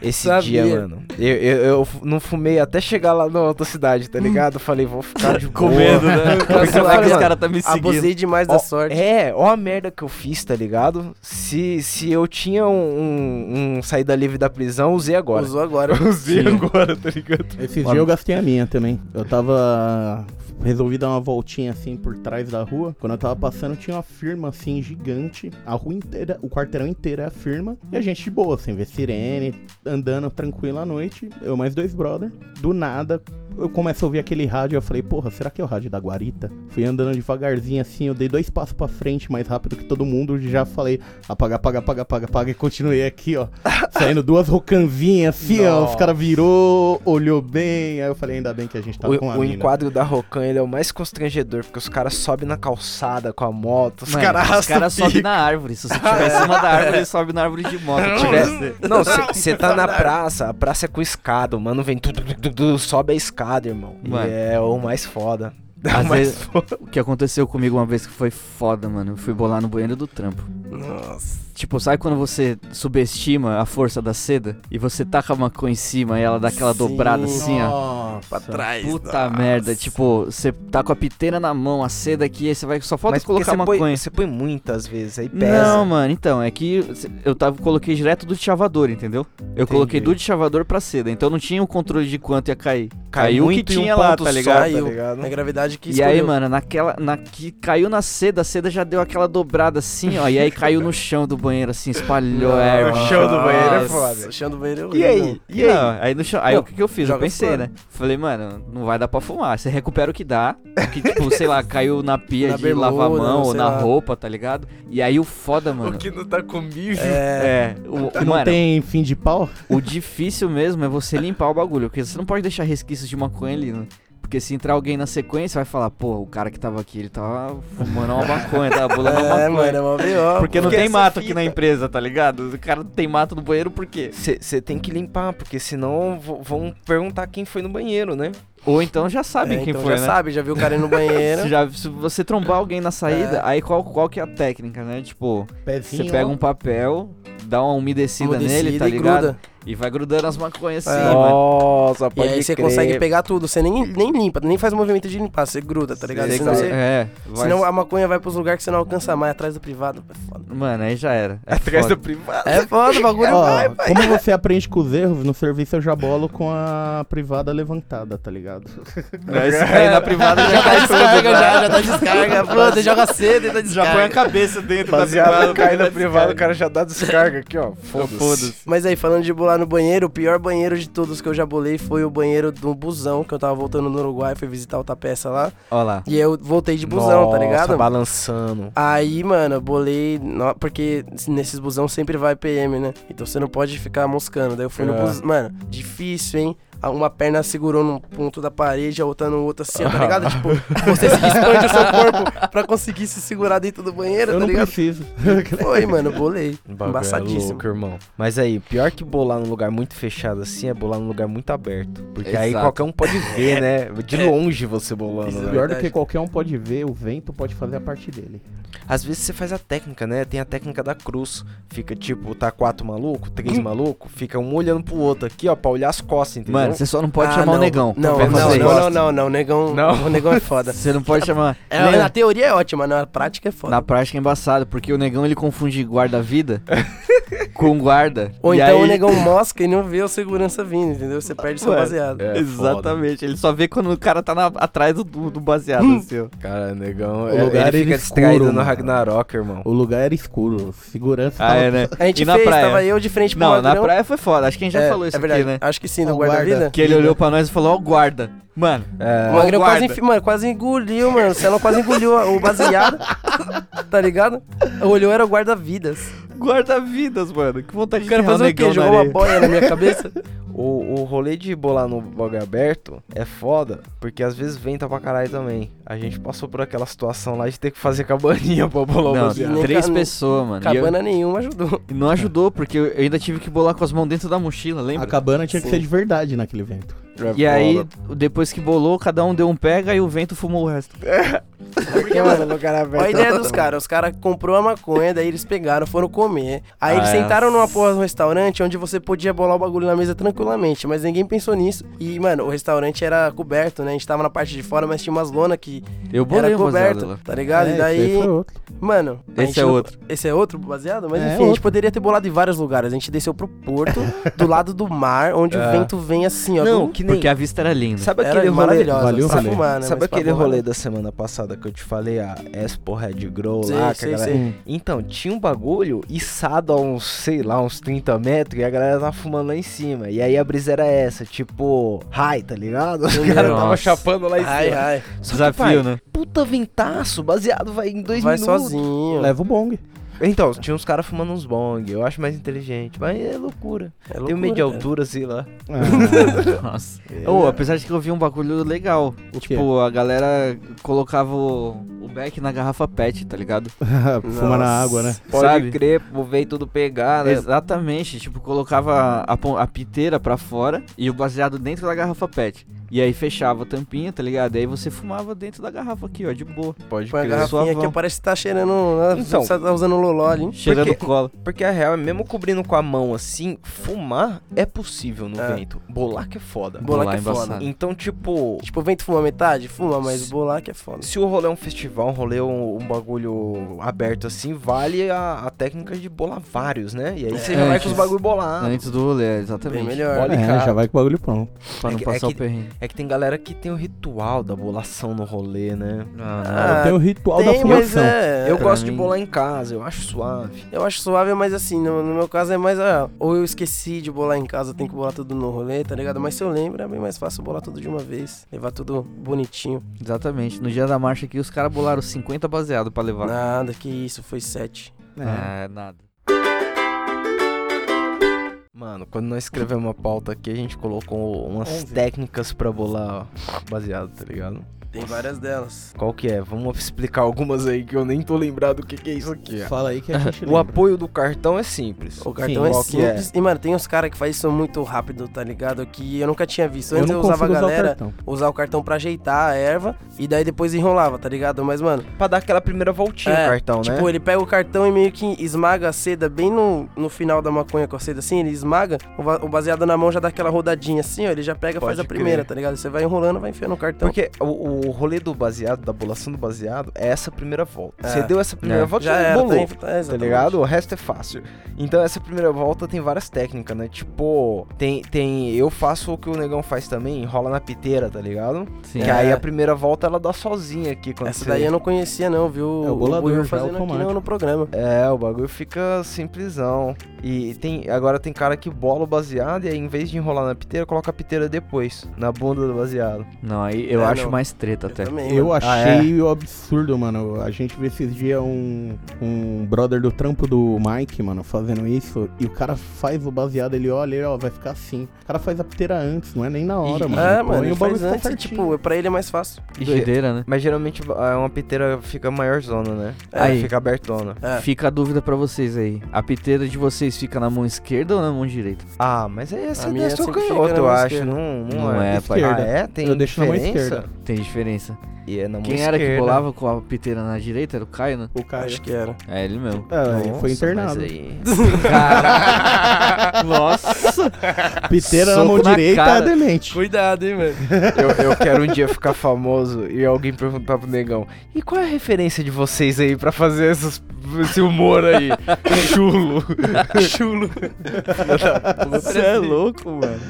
[SPEAKER 3] Esse
[SPEAKER 4] Sabia.
[SPEAKER 3] dia, mano, eu, eu, eu fu- não fumei até chegar lá na outra cidade, tá ligado? Falei, vou ficar de boa.
[SPEAKER 1] né? Porque
[SPEAKER 3] Nossa,
[SPEAKER 1] será que os
[SPEAKER 3] mano,
[SPEAKER 1] caras tá me seguindo?
[SPEAKER 4] Abusei demais da
[SPEAKER 3] Ó,
[SPEAKER 4] sorte.
[SPEAKER 3] É, ó a merda que eu fiz, tá ligado? Se, se eu tinha um, um- um saída livre da prisão, usei agora.
[SPEAKER 4] Usou agora.
[SPEAKER 3] Usei agora, tá ligado?
[SPEAKER 5] Esses
[SPEAKER 1] Mano.
[SPEAKER 5] dias eu gastei é assim, a minha também. Eu tava. Resolvi dar uma voltinha assim por trás da rua. Quando eu tava passando, tinha uma firma assim gigante. A rua inteira, o quarteirão inteiro é a firma. E a gente de boa, sem ver sirene, andando tranquilo à noite. Eu mais dois brother. Do nada, eu começo a ouvir aquele rádio. Eu falei, porra, será que é o rádio da Guarita? Fui andando devagarzinho assim. Eu dei dois passos pra frente, mais rápido que todo mundo. Já falei, apaga, apaga, apaga, apaga, apaga. E continuei aqui, ó. Saindo duas rocanzinhas assim, ó. Os
[SPEAKER 3] Nossa.
[SPEAKER 5] caras virou, olhou bem. Aí eu falei, ainda bem que a gente tá
[SPEAKER 3] o
[SPEAKER 5] com a
[SPEAKER 3] o
[SPEAKER 5] mina.
[SPEAKER 3] enquadro da Rocan, ele é o mais constrangedor, porque os caras sobem na calçada com a moto, os
[SPEAKER 1] Mano,
[SPEAKER 3] caras
[SPEAKER 1] os caras
[SPEAKER 3] arrastam o
[SPEAKER 1] sobem na árvore. Se você estiver em cima da árvore, ele sobe na árvore de moto.
[SPEAKER 3] Se tiver- né? Não, você tá na praça, a praça é com escada, o mano vem, tu, tu, tu, tu, tu, sobe a escada, irmão. E
[SPEAKER 1] Mano.
[SPEAKER 3] é o mais foda. É o
[SPEAKER 1] Às
[SPEAKER 3] mais
[SPEAKER 1] vezes-
[SPEAKER 3] foda.
[SPEAKER 1] O que aconteceu comigo uma vez que foi foda, mano. Eu fui bolar no banheiro do trampo.
[SPEAKER 4] Nossa.
[SPEAKER 1] Tipo, sabe quando você subestima a força da seda e você taca a maconha em cima e ela dá aquela
[SPEAKER 4] Sim.
[SPEAKER 1] dobrada assim, ó?
[SPEAKER 5] Nossa.
[SPEAKER 4] Pra trás.
[SPEAKER 1] Puta
[SPEAKER 4] nossa.
[SPEAKER 1] merda, tipo, você tá com a piteira na mão, a seda aqui, aí você vai só falta
[SPEAKER 3] Mas porque
[SPEAKER 1] colocar
[SPEAKER 3] cê põe-
[SPEAKER 1] maconha.
[SPEAKER 3] Você põe muitas vezes, aí pesa.
[SPEAKER 1] Não, mano, então, é que cê- eu tava, coloquei direto do chavador, entendeu? Eu coloquei do chavador pra seda, então não tinha o controle de quanto ia cair. Caiu o que
[SPEAKER 3] muito em um
[SPEAKER 1] tinha lá,
[SPEAKER 3] ponto
[SPEAKER 1] tá
[SPEAKER 3] só,
[SPEAKER 1] ligado?
[SPEAKER 4] Caiu.
[SPEAKER 3] tá ligado?
[SPEAKER 4] Na É gravidade que
[SPEAKER 1] E aí,
[SPEAKER 4] escolheu.
[SPEAKER 1] mano, naquela. Na, que caiu na seda, a seda já deu aquela dobrada assim, ó. E aí caiu no chão do banheiro, assim, espalhou a erva.
[SPEAKER 3] É o chão do banheiro é foda.
[SPEAKER 4] Nossa, O chão do banheiro é
[SPEAKER 3] E
[SPEAKER 4] horrível.
[SPEAKER 3] aí? E aí?
[SPEAKER 1] Não, aí no chão. Aí
[SPEAKER 4] Não,
[SPEAKER 1] o que, que eu fiz? Eu
[SPEAKER 4] joga
[SPEAKER 1] pensei,
[SPEAKER 4] fora.
[SPEAKER 1] né? Falei, mano, não vai dar pra fumar. Você recupera o que dá. o Que, tipo, sei lá, caiu na pia
[SPEAKER 4] Na
[SPEAKER 1] de
[SPEAKER 4] bermuda,
[SPEAKER 1] lavar a mão ou
[SPEAKER 4] sei
[SPEAKER 1] na
[SPEAKER 4] lá.
[SPEAKER 1] roupa, tá ligado? E aí o foda, mano.
[SPEAKER 3] que não tá comigo?
[SPEAKER 1] É,
[SPEAKER 4] É.
[SPEAKER 1] o,
[SPEAKER 5] Não
[SPEAKER 1] mano,
[SPEAKER 5] tem fim de pau?
[SPEAKER 1] o difícil mesmo é você limpar o bagulho, porque você não pode deixar resquícios de maconha ali, né? Porque se entrar alguém na sequência, vai falar, pô, o cara que tava aqui, ele tava fumando uma maconha, tava bolando uma maconha.
[SPEAKER 4] É, mano, é uma B.O.
[SPEAKER 1] Porque não
[SPEAKER 3] Porque
[SPEAKER 1] tem
[SPEAKER 3] essa
[SPEAKER 1] mato aqui
[SPEAKER 3] fita-
[SPEAKER 1] na empresa, tá ligado? O cara não tem mato no banheiro por quê?
[SPEAKER 3] Você tem que limpar, porque senão vo- vão perguntar quem foi no banheiro, né?
[SPEAKER 1] Ou então já
[SPEAKER 4] É,
[SPEAKER 1] sabem quem
[SPEAKER 4] então
[SPEAKER 1] foi,
[SPEAKER 4] já
[SPEAKER 1] né?
[SPEAKER 4] sabe, já viu o cara indo no banheiro.
[SPEAKER 1] Se, já, se você trombar alguém na saída,
[SPEAKER 4] É.
[SPEAKER 1] aí qual, qual que é a técnica, né? Tipo, você
[SPEAKER 5] Pezinho,
[SPEAKER 1] pega
[SPEAKER 5] ó.
[SPEAKER 1] um papel, dá uma umedecida,
[SPEAKER 4] Umedecida
[SPEAKER 1] nele, tá
[SPEAKER 4] e
[SPEAKER 1] ligado?
[SPEAKER 4] gruda.
[SPEAKER 1] E vai grudando as maconhas assim,
[SPEAKER 4] É.
[SPEAKER 1] mano.
[SPEAKER 3] Ah, Nossa,
[SPEAKER 4] E aí você consegue pegar tudo, você nem, nem limpa, nem faz movimento de limpar, você gruda, tá ligado?
[SPEAKER 1] Sei
[SPEAKER 4] Senão,
[SPEAKER 1] que-
[SPEAKER 4] você-
[SPEAKER 1] é, vai-
[SPEAKER 4] senão a maconha vai pros lugares que você não alcança mais, atrás do privado. É foda.
[SPEAKER 1] Mano, aí já era. É
[SPEAKER 3] Atrás
[SPEAKER 1] foda.
[SPEAKER 3] do privado.
[SPEAKER 4] É foda, o bagulho
[SPEAKER 5] Ó,
[SPEAKER 4] vai.
[SPEAKER 5] como você aprende com os erros, no serviço eu já bolo com a privada levantada, tá ligado?
[SPEAKER 1] né, Aí você cai na privada já
[SPEAKER 4] Tá
[SPEAKER 1] cai tudo,
[SPEAKER 4] descarga
[SPEAKER 1] né?
[SPEAKER 4] já, já tá descarga. Pronto, você joga cedo e tá
[SPEAKER 1] Já põe a
[SPEAKER 4] descarga.
[SPEAKER 1] cabeça dentro da
[SPEAKER 3] Rapaziada,
[SPEAKER 1] privada.
[SPEAKER 4] né,
[SPEAKER 3] cai na privada, o cara já dá descarga aqui, ó. Foda-se.
[SPEAKER 1] Foda-se.
[SPEAKER 4] Mas aí, falando de lá no banheiro, o pior banheiro de todos que eu já bolei foi o banheiro do busão, que eu tava voltando no Uruguai, fui visitar outra peça lá.
[SPEAKER 3] Olha lá.
[SPEAKER 4] E eu voltei de busão, tá ligado?
[SPEAKER 3] balançando.
[SPEAKER 4] Aí, mano, eu bolei. no- Porque nesses busão sempre vai PM, né? Então você não pode ficar moscando. Daí eu fui
[SPEAKER 3] É.
[SPEAKER 4] no busão. Mano, difícil, hein? A- Uma perna segurou num ponto da parede, a outra no outro assim, ó, tá ligado? tipo, você se expande o seu corpo pra conseguir se segurar dentro do banheiro,
[SPEAKER 5] Eu
[SPEAKER 4] tá
[SPEAKER 5] não
[SPEAKER 4] ligado?
[SPEAKER 5] preciso.
[SPEAKER 4] Foi, mano, bolei.
[SPEAKER 3] O bagulho É
[SPEAKER 4] Embaçadíssimo.
[SPEAKER 3] louco, irmão. Mas aí, pior que bolar num lugar muito fechado assim é bolar num lugar muito aberto. Porque aí
[SPEAKER 1] Exato.
[SPEAKER 3] qualquer um pode ver, né? De longe você bolando,
[SPEAKER 4] Isso
[SPEAKER 3] né?
[SPEAKER 4] é
[SPEAKER 5] Pior do
[SPEAKER 4] verdade.
[SPEAKER 5] que qualquer um pode ver, o vento pode fazer a parte dele.
[SPEAKER 3] Às vezes você faz a técnica, né? Tem a técnica da cruz. Fica tipo, tá quatro maluco, três maluco, fica um olhando pro outro aqui, ó, pra olhar as costas, entendeu?
[SPEAKER 1] Mano, você só não pode
[SPEAKER 4] Ah,
[SPEAKER 1] chamar
[SPEAKER 4] não.
[SPEAKER 1] o negão. tá
[SPEAKER 4] Não,
[SPEAKER 1] pra
[SPEAKER 3] Vamos
[SPEAKER 4] não, não,
[SPEAKER 1] fazer
[SPEAKER 4] não,
[SPEAKER 1] isso.
[SPEAKER 4] não, O negão,
[SPEAKER 3] Não.
[SPEAKER 4] O negão é foda.
[SPEAKER 1] Você não pode chamar.
[SPEAKER 4] É,
[SPEAKER 1] Lembra?
[SPEAKER 4] na teoria é ótima, na prática é foda.
[SPEAKER 1] Na prática é embaçado, porque o negão ele confunde guarda-vida com guarda.
[SPEAKER 4] Ou
[SPEAKER 1] e
[SPEAKER 4] então
[SPEAKER 1] aí
[SPEAKER 4] o
[SPEAKER 1] ele-
[SPEAKER 4] negão mosca e não vê o segurança vindo, entendeu? Você perde seu
[SPEAKER 1] Mano,
[SPEAKER 4] baseado.
[SPEAKER 3] É,
[SPEAKER 1] Exatamente, ele só vê quando o cara tá na- atrás do, do baseado, assim, ó.
[SPEAKER 3] Cara, negão,
[SPEAKER 5] O
[SPEAKER 3] é-
[SPEAKER 5] lugar
[SPEAKER 3] ele fica
[SPEAKER 5] era escuro,
[SPEAKER 3] distraído no
[SPEAKER 5] mano.
[SPEAKER 3] Ragnarok, irmão.
[SPEAKER 5] O lugar era escuro, segurança.
[SPEAKER 1] Ah,
[SPEAKER 5] tava-
[SPEAKER 1] é, né?
[SPEAKER 4] A gente
[SPEAKER 1] E na
[SPEAKER 4] fez,
[SPEAKER 1] praia?
[SPEAKER 4] tava eu de frente pro
[SPEAKER 1] Não, na
[SPEAKER 4] ladrão.
[SPEAKER 1] praia foi foda. Acho que a gente já falou isso
[SPEAKER 4] é verdade.
[SPEAKER 1] aqui, né?
[SPEAKER 4] Acho que sim, do
[SPEAKER 5] Ó,
[SPEAKER 4] guarda-vida.
[SPEAKER 5] guarda.
[SPEAKER 1] Que ele olhou pra nós e falou, ó, o guarda. Mano,
[SPEAKER 4] O
[SPEAKER 3] É,
[SPEAKER 4] magrão
[SPEAKER 1] guarda.
[SPEAKER 4] quase, enfi- mano, quase engoliu, mano. O Celão quase engoliu o baseado, tá ligado? Olhou, era o guarda-vidas.
[SPEAKER 1] guarda-vidas, mano. Que vontade
[SPEAKER 4] O
[SPEAKER 1] de
[SPEAKER 4] cara
[SPEAKER 1] enfiar o
[SPEAKER 4] fazer o
[SPEAKER 1] negão
[SPEAKER 4] quê?
[SPEAKER 1] na
[SPEAKER 4] Jogou uma
[SPEAKER 1] areia.
[SPEAKER 4] boia na minha cabeça?
[SPEAKER 3] o, o rolê de bolar no bagulho aberto é foda, porque às vezes venta pra caralho também. A gente passou por aquela situação lá de ter que fazer cabaninha pra bolar o baseado.
[SPEAKER 1] Não, assim, três
[SPEAKER 4] Nem ca-
[SPEAKER 1] pessoas, mano. E eu-
[SPEAKER 4] Cabana nenhuma ajudou.
[SPEAKER 1] E não ajudou, porque eu eu ainda tive que bolar com as mãos dentro da mochila,
[SPEAKER 5] A
[SPEAKER 1] lembra?
[SPEAKER 5] cabana tinha que
[SPEAKER 4] Sim.
[SPEAKER 5] ser de verdade naquele vento.
[SPEAKER 1] E aí, depois que bolou, cada um deu um pega e o vento fumou o resto.
[SPEAKER 4] Porque, mano, Olha a ideia dos caras. Os caras comprou a maconha, daí eles pegaram, foram comer. Aí eles
[SPEAKER 1] Ah, é.
[SPEAKER 4] sentaram numa porra de um restaurante onde você podia bolar o bagulho na mesa tranquilamente, mas ninguém pensou nisso. E, mano, o restaurante era coberto, né? A gente tava na parte de fora, mas tinha umas lona que
[SPEAKER 1] Eu bolei
[SPEAKER 4] era
[SPEAKER 1] o baseado
[SPEAKER 4] coberto,
[SPEAKER 1] lá.
[SPEAKER 4] tá ligado?
[SPEAKER 5] É,
[SPEAKER 4] e
[SPEAKER 5] esse
[SPEAKER 4] daí.
[SPEAKER 5] aí foi outro.
[SPEAKER 4] Mano, a
[SPEAKER 1] Esse
[SPEAKER 4] gente
[SPEAKER 1] é
[SPEAKER 4] não-
[SPEAKER 1] outro.
[SPEAKER 4] Esse é outro baseado? Mas
[SPEAKER 5] É,
[SPEAKER 4] enfim, a gente
[SPEAKER 5] outro.
[SPEAKER 4] poderia ter bolado em vários lugares. A gente desceu pro porto, do lado do mar, onde
[SPEAKER 3] É.
[SPEAKER 4] o vento vem assim, ó.
[SPEAKER 3] Não,
[SPEAKER 4] do...
[SPEAKER 3] que nem.
[SPEAKER 1] Porque a vista era linda.
[SPEAKER 3] Sabe
[SPEAKER 4] Era
[SPEAKER 3] aquele rolê.
[SPEAKER 4] maravilhosa.
[SPEAKER 5] Valeu o
[SPEAKER 4] só
[SPEAKER 5] rolê.
[SPEAKER 4] fumar, né?
[SPEAKER 3] Sabe
[SPEAKER 4] Mas pra
[SPEAKER 3] aquele
[SPEAKER 4] bolar,
[SPEAKER 3] rolê
[SPEAKER 4] né?
[SPEAKER 3] da semana passada que eu te falei, a Expo Red Grow
[SPEAKER 4] Sei,
[SPEAKER 3] lá, que
[SPEAKER 4] sei,
[SPEAKER 3] a galera...
[SPEAKER 4] sei.
[SPEAKER 3] Então, tinha um bagulho içado a uns, sei lá, uns 30 metros e a galera tava fumando lá em cima. E aí a brisa era essa, tipo, high, tá ligado? Os
[SPEAKER 4] Nossa.
[SPEAKER 3] caras tava chapando lá em cima.
[SPEAKER 4] Ai, ai.
[SPEAKER 3] Só que,
[SPEAKER 1] Desafio,
[SPEAKER 3] pai,
[SPEAKER 1] né?
[SPEAKER 3] Puta ventaço, baseado, vai em dois
[SPEAKER 4] Vai
[SPEAKER 3] minutos.
[SPEAKER 4] sozinho.
[SPEAKER 5] Leva o bong.
[SPEAKER 3] Então, tinha uns caras fumando uns bong, eu acho mais inteligente, mas é loucura.
[SPEAKER 4] É
[SPEAKER 3] Tem
[SPEAKER 4] loucura,
[SPEAKER 3] medo de
[SPEAKER 4] cara.
[SPEAKER 3] altura, sei lá.
[SPEAKER 5] Ah,
[SPEAKER 1] Nossa.
[SPEAKER 3] É.
[SPEAKER 1] Ô, apesar de que eu vi um bagulho legal.
[SPEAKER 5] o quê?
[SPEAKER 1] Tipo, a galera colocava o, o beck na garrafa pet, tá ligado?
[SPEAKER 5] Fuma na água, né?
[SPEAKER 3] Pode
[SPEAKER 1] Sabe?
[SPEAKER 3] crer, pô, veio tudo pegar, né?
[SPEAKER 1] Exatamente. Tipo, colocava a, pon- a piteira pra fora e o baseado dentro da garrafa pet. E aí fechava a tampinha, tá ligado? E aí você fumava dentro da garrafa aqui, ó, de boa.
[SPEAKER 3] Pode
[SPEAKER 4] Põe a Tipo, garrafinha
[SPEAKER 1] Suavão.
[SPEAKER 4] aqui, parece que tá cheirando. né?
[SPEAKER 3] Então.
[SPEAKER 4] Você tá usando loló ali.
[SPEAKER 1] Cheirando
[SPEAKER 3] quê?
[SPEAKER 1] cola.
[SPEAKER 3] Porque a real é, mesmo cobrindo com a mão assim, fumar é possível no
[SPEAKER 4] É.
[SPEAKER 3] vento. Bolar que é foda.
[SPEAKER 4] Bolar
[SPEAKER 1] Bolar
[SPEAKER 4] que é foda.
[SPEAKER 1] embaçado.
[SPEAKER 3] Então, tipo,
[SPEAKER 4] Tipo, o vento fuma metade? Fuma, mas bolar que é foda.
[SPEAKER 3] se o rolê é um festival, um rolê um, um bagulho aberto assim, vale a, a técnica de bolar vários, né? E aí você já vai com os
[SPEAKER 1] Antes.
[SPEAKER 3] bagulho bolado.
[SPEAKER 1] Antes do rolê,
[SPEAKER 4] Bem
[SPEAKER 1] exatamente.
[SPEAKER 4] melhor. né?
[SPEAKER 3] Olha,
[SPEAKER 5] É,
[SPEAKER 3] cara.
[SPEAKER 5] já vai com o bagulho pronto.
[SPEAKER 1] Pra
[SPEAKER 3] É
[SPEAKER 1] não
[SPEAKER 3] que- é
[SPEAKER 1] passar
[SPEAKER 3] que-
[SPEAKER 1] o perrengue.
[SPEAKER 3] É que tem galera que tem o ritual da bolação no rolê, né?
[SPEAKER 1] Ah,
[SPEAKER 4] Ah,
[SPEAKER 5] tem o ritual da
[SPEAKER 4] tem, mas
[SPEAKER 5] fumação.
[SPEAKER 4] é.
[SPEAKER 3] Eu
[SPEAKER 1] pra
[SPEAKER 3] gosto de
[SPEAKER 1] mim-
[SPEAKER 3] bolar em casa, eu acho suave.
[SPEAKER 4] Eu acho suave, mas assim, no, no meu caso é mais. Ah, ou eu esqueci de bolar em casa, tem que bolar tudo no rolê, tá ligado? Mas se eu lembro, é bem mais fácil bolar tudo de uma vez. Levar tudo bonitinho.
[SPEAKER 1] Exatamente. No dia da marcha aqui, os caras bolaram 50 baseado pra levar.
[SPEAKER 4] Nada, que isso, foi sete. Ah,
[SPEAKER 5] É.
[SPEAKER 1] É, nada.
[SPEAKER 3] Mano, quando nós escrevemos uma pauta aqui, a gente colocou umas
[SPEAKER 5] Onze.
[SPEAKER 3] técnicas pra bolar baseado, tá ligado?
[SPEAKER 4] Tem várias delas.
[SPEAKER 3] Qual que é? Vamos explicar algumas aí que eu nem tô lembrado o que, que é isso aqui. ó.
[SPEAKER 5] Fala aí que a gente
[SPEAKER 3] O
[SPEAKER 5] lembra.
[SPEAKER 3] apoio do cartão é simples.
[SPEAKER 4] O cartão
[SPEAKER 5] Sim,
[SPEAKER 4] é
[SPEAKER 3] qual que é?
[SPEAKER 4] simples. E, mano, tem uns caras que faz isso muito rápido, tá ligado? Que eu nunca tinha visto.
[SPEAKER 5] Eu
[SPEAKER 4] Antes eu,
[SPEAKER 5] não
[SPEAKER 4] usava
[SPEAKER 5] consigo
[SPEAKER 4] a
[SPEAKER 5] usar o
[SPEAKER 4] galera
[SPEAKER 5] cartão.
[SPEAKER 4] usar o cartão pra ajeitar a erva e daí depois enrolava, tá ligado? Mas, mano,
[SPEAKER 5] Então,
[SPEAKER 3] Pra dar aquela primeira voltinha
[SPEAKER 4] É,
[SPEAKER 3] o cartão,
[SPEAKER 4] tipo,
[SPEAKER 3] né?
[SPEAKER 4] ele pega o cartão e meio que esmaga a seda bem no, no final da maconha com a seda assim, ele esmaga, o, va- o baseado na mão já dá aquela rodadinha assim, ó, ele já pega,
[SPEAKER 3] Pode
[SPEAKER 4] faz a
[SPEAKER 3] crer.
[SPEAKER 4] primeira, tá ligado? Você vai enrolando, vai enfiando o cartão.
[SPEAKER 3] Porque o, o o rolê do baseado, da bolação do baseado, é essa primeira volta.
[SPEAKER 4] É.
[SPEAKER 3] Você deu essa primeira
[SPEAKER 1] É.
[SPEAKER 3] volta,
[SPEAKER 4] Já
[SPEAKER 3] você
[SPEAKER 5] um
[SPEAKER 4] era,
[SPEAKER 3] bolou.
[SPEAKER 4] tem- é,
[SPEAKER 3] Tá
[SPEAKER 4] exatamente.
[SPEAKER 3] ligado? O resto é fácil. Então essa primeira volta tem várias técnicas, né? Tipo, tem. tem eu faço o que o negão faz também, enrola na piteira, tá ligado?
[SPEAKER 1] Sim.
[SPEAKER 3] Que
[SPEAKER 4] É.
[SPEAKER 3] aí a primeira volta ela dá sozinha aqui quando
[SPEAKER 4] Essa
[SPEAKER 3] você-
[SPEAKER 4] daí eu não conhecia, não, viu?
[SPEAKER 5] É o bolador,
[SPEAKER 4] Will
[SPEAKER 5] já
[SPEAKER 4] fazendo aqui
[SPEAKER 5] automático.
[SPEAKER 4] no, no programa.
[SPEAKER 3] É, o bagulho fica simplesão. E tem agora tem cara que bola o baseado e aí em vez de enrolar na piteira, coloca a piteira depois, na bunda do baseado.
[SPEAKER 1] Não, aí eu
[SPEAKER 4] É,
[SPEAKER 1] acho
[SPEAKER 4] não.
[SPEAKER 1] mais treta até.
[SPEAKER 4] também.
[SPEAKER 5] Eu
[SPEAKER 4] mano. Ah, é?
[SPEAKER 5] achei o absurdo, mano. A gente vê esses dias um, um brother do trampo do Mike, mano, fazendo isso. E o cara faz o baseado, ele olha, ele, ó, vai ficar assim. O cara faz a piteira antes, não é nem na hora, mano.
[SPEAKER 4] É,
[SPEAKER 5] Põe
[SPEAKER 4] mano, ele
[SPEAKER 5] bagulho
[SPEAKER 4] faz
[SPEAKER 5] fica
[SPEAKER 4] antes, e,
[SPEAKER 5] certinho.
[SPEAKER 4] tipo, pra ele é mais fácil.
[SPEAKER 1] Que doideira, né?
[SPEAKER 3] Mas geralmente é, uma piteira fica maior zona, né?
[SPEAKER 1] É.
[SPEAKER 3] Aí fica abertona.
[SPEAKER 4] É.
[SPEAKER 1] Fica a dúvida pra vocês aí. A piteira de vocês fica na mão esquerda ou na mão direita?
[SPEAKER 3] Ah, mas aí essa
[SPEAKER 4] A
[SPEAKER 3] daí
[SPEAKER 4] minha
[SPEAKER 3] é só
[SPEAKER 4] sempre fica
[SPEAKER 3] canhoto,
[SPEAKER 4] na
[SPEAKER 3] eu
[SPEAKER 4] mão
[SPEAKER 3] acho.
[SPEAKER 4] esquerda.
[SPEAKER 3] Não, não,
[SPEAKER 1] Não é, pai.
[SPEAKER 3] Ah, é? Tem
[SPEAKER 5] Eu deixo na mão
[SPEAKER 3] diferença?
[SPEAKER 5] esquerda.
[SPEAKER 1] Tem diferença.
[SPEAKER 3] E é na mão
[SPEAKER 1] Quem era
[SPEAKER 3] esquerda.
[SPEAKER 1] que bolava com a piteira na direita? Era o Caio, né?
[SPEAKER 5] O cara.
[SPEAKER 4] Acho que era.
[SPEAKER 1] É ele mesmo.
[SPEAKER 5] Ah, ele
[SPEAKER 3] Nossa,
[SPEAKER 5] foi
[SPEAKER 3] mas
[SPEAKER 5] internado.
[SPEAKER 3] aí-
[SPEAKER 1] Caraca. Nossa.
[SPEAKER 5] Piteira na
[SPEAKER 1] Soco
[SPEAKER 5] mão
[SPEAKER 1] na
[SPEAKER 5] direita
[SPEAKER 1] cara.
[SPEAKER 5] é demente.
[SPEAKER 4] Cuidado, hein, mano.
[SPEAKER 3] Eu, eu quero um dia ficar famoso e alguém perguntar pro negão: e qual é a referência de vocês aí pra fazer essas- esse humor aí? Chulo. Chulo.
[SPEAKER 1] Você é louco, mano.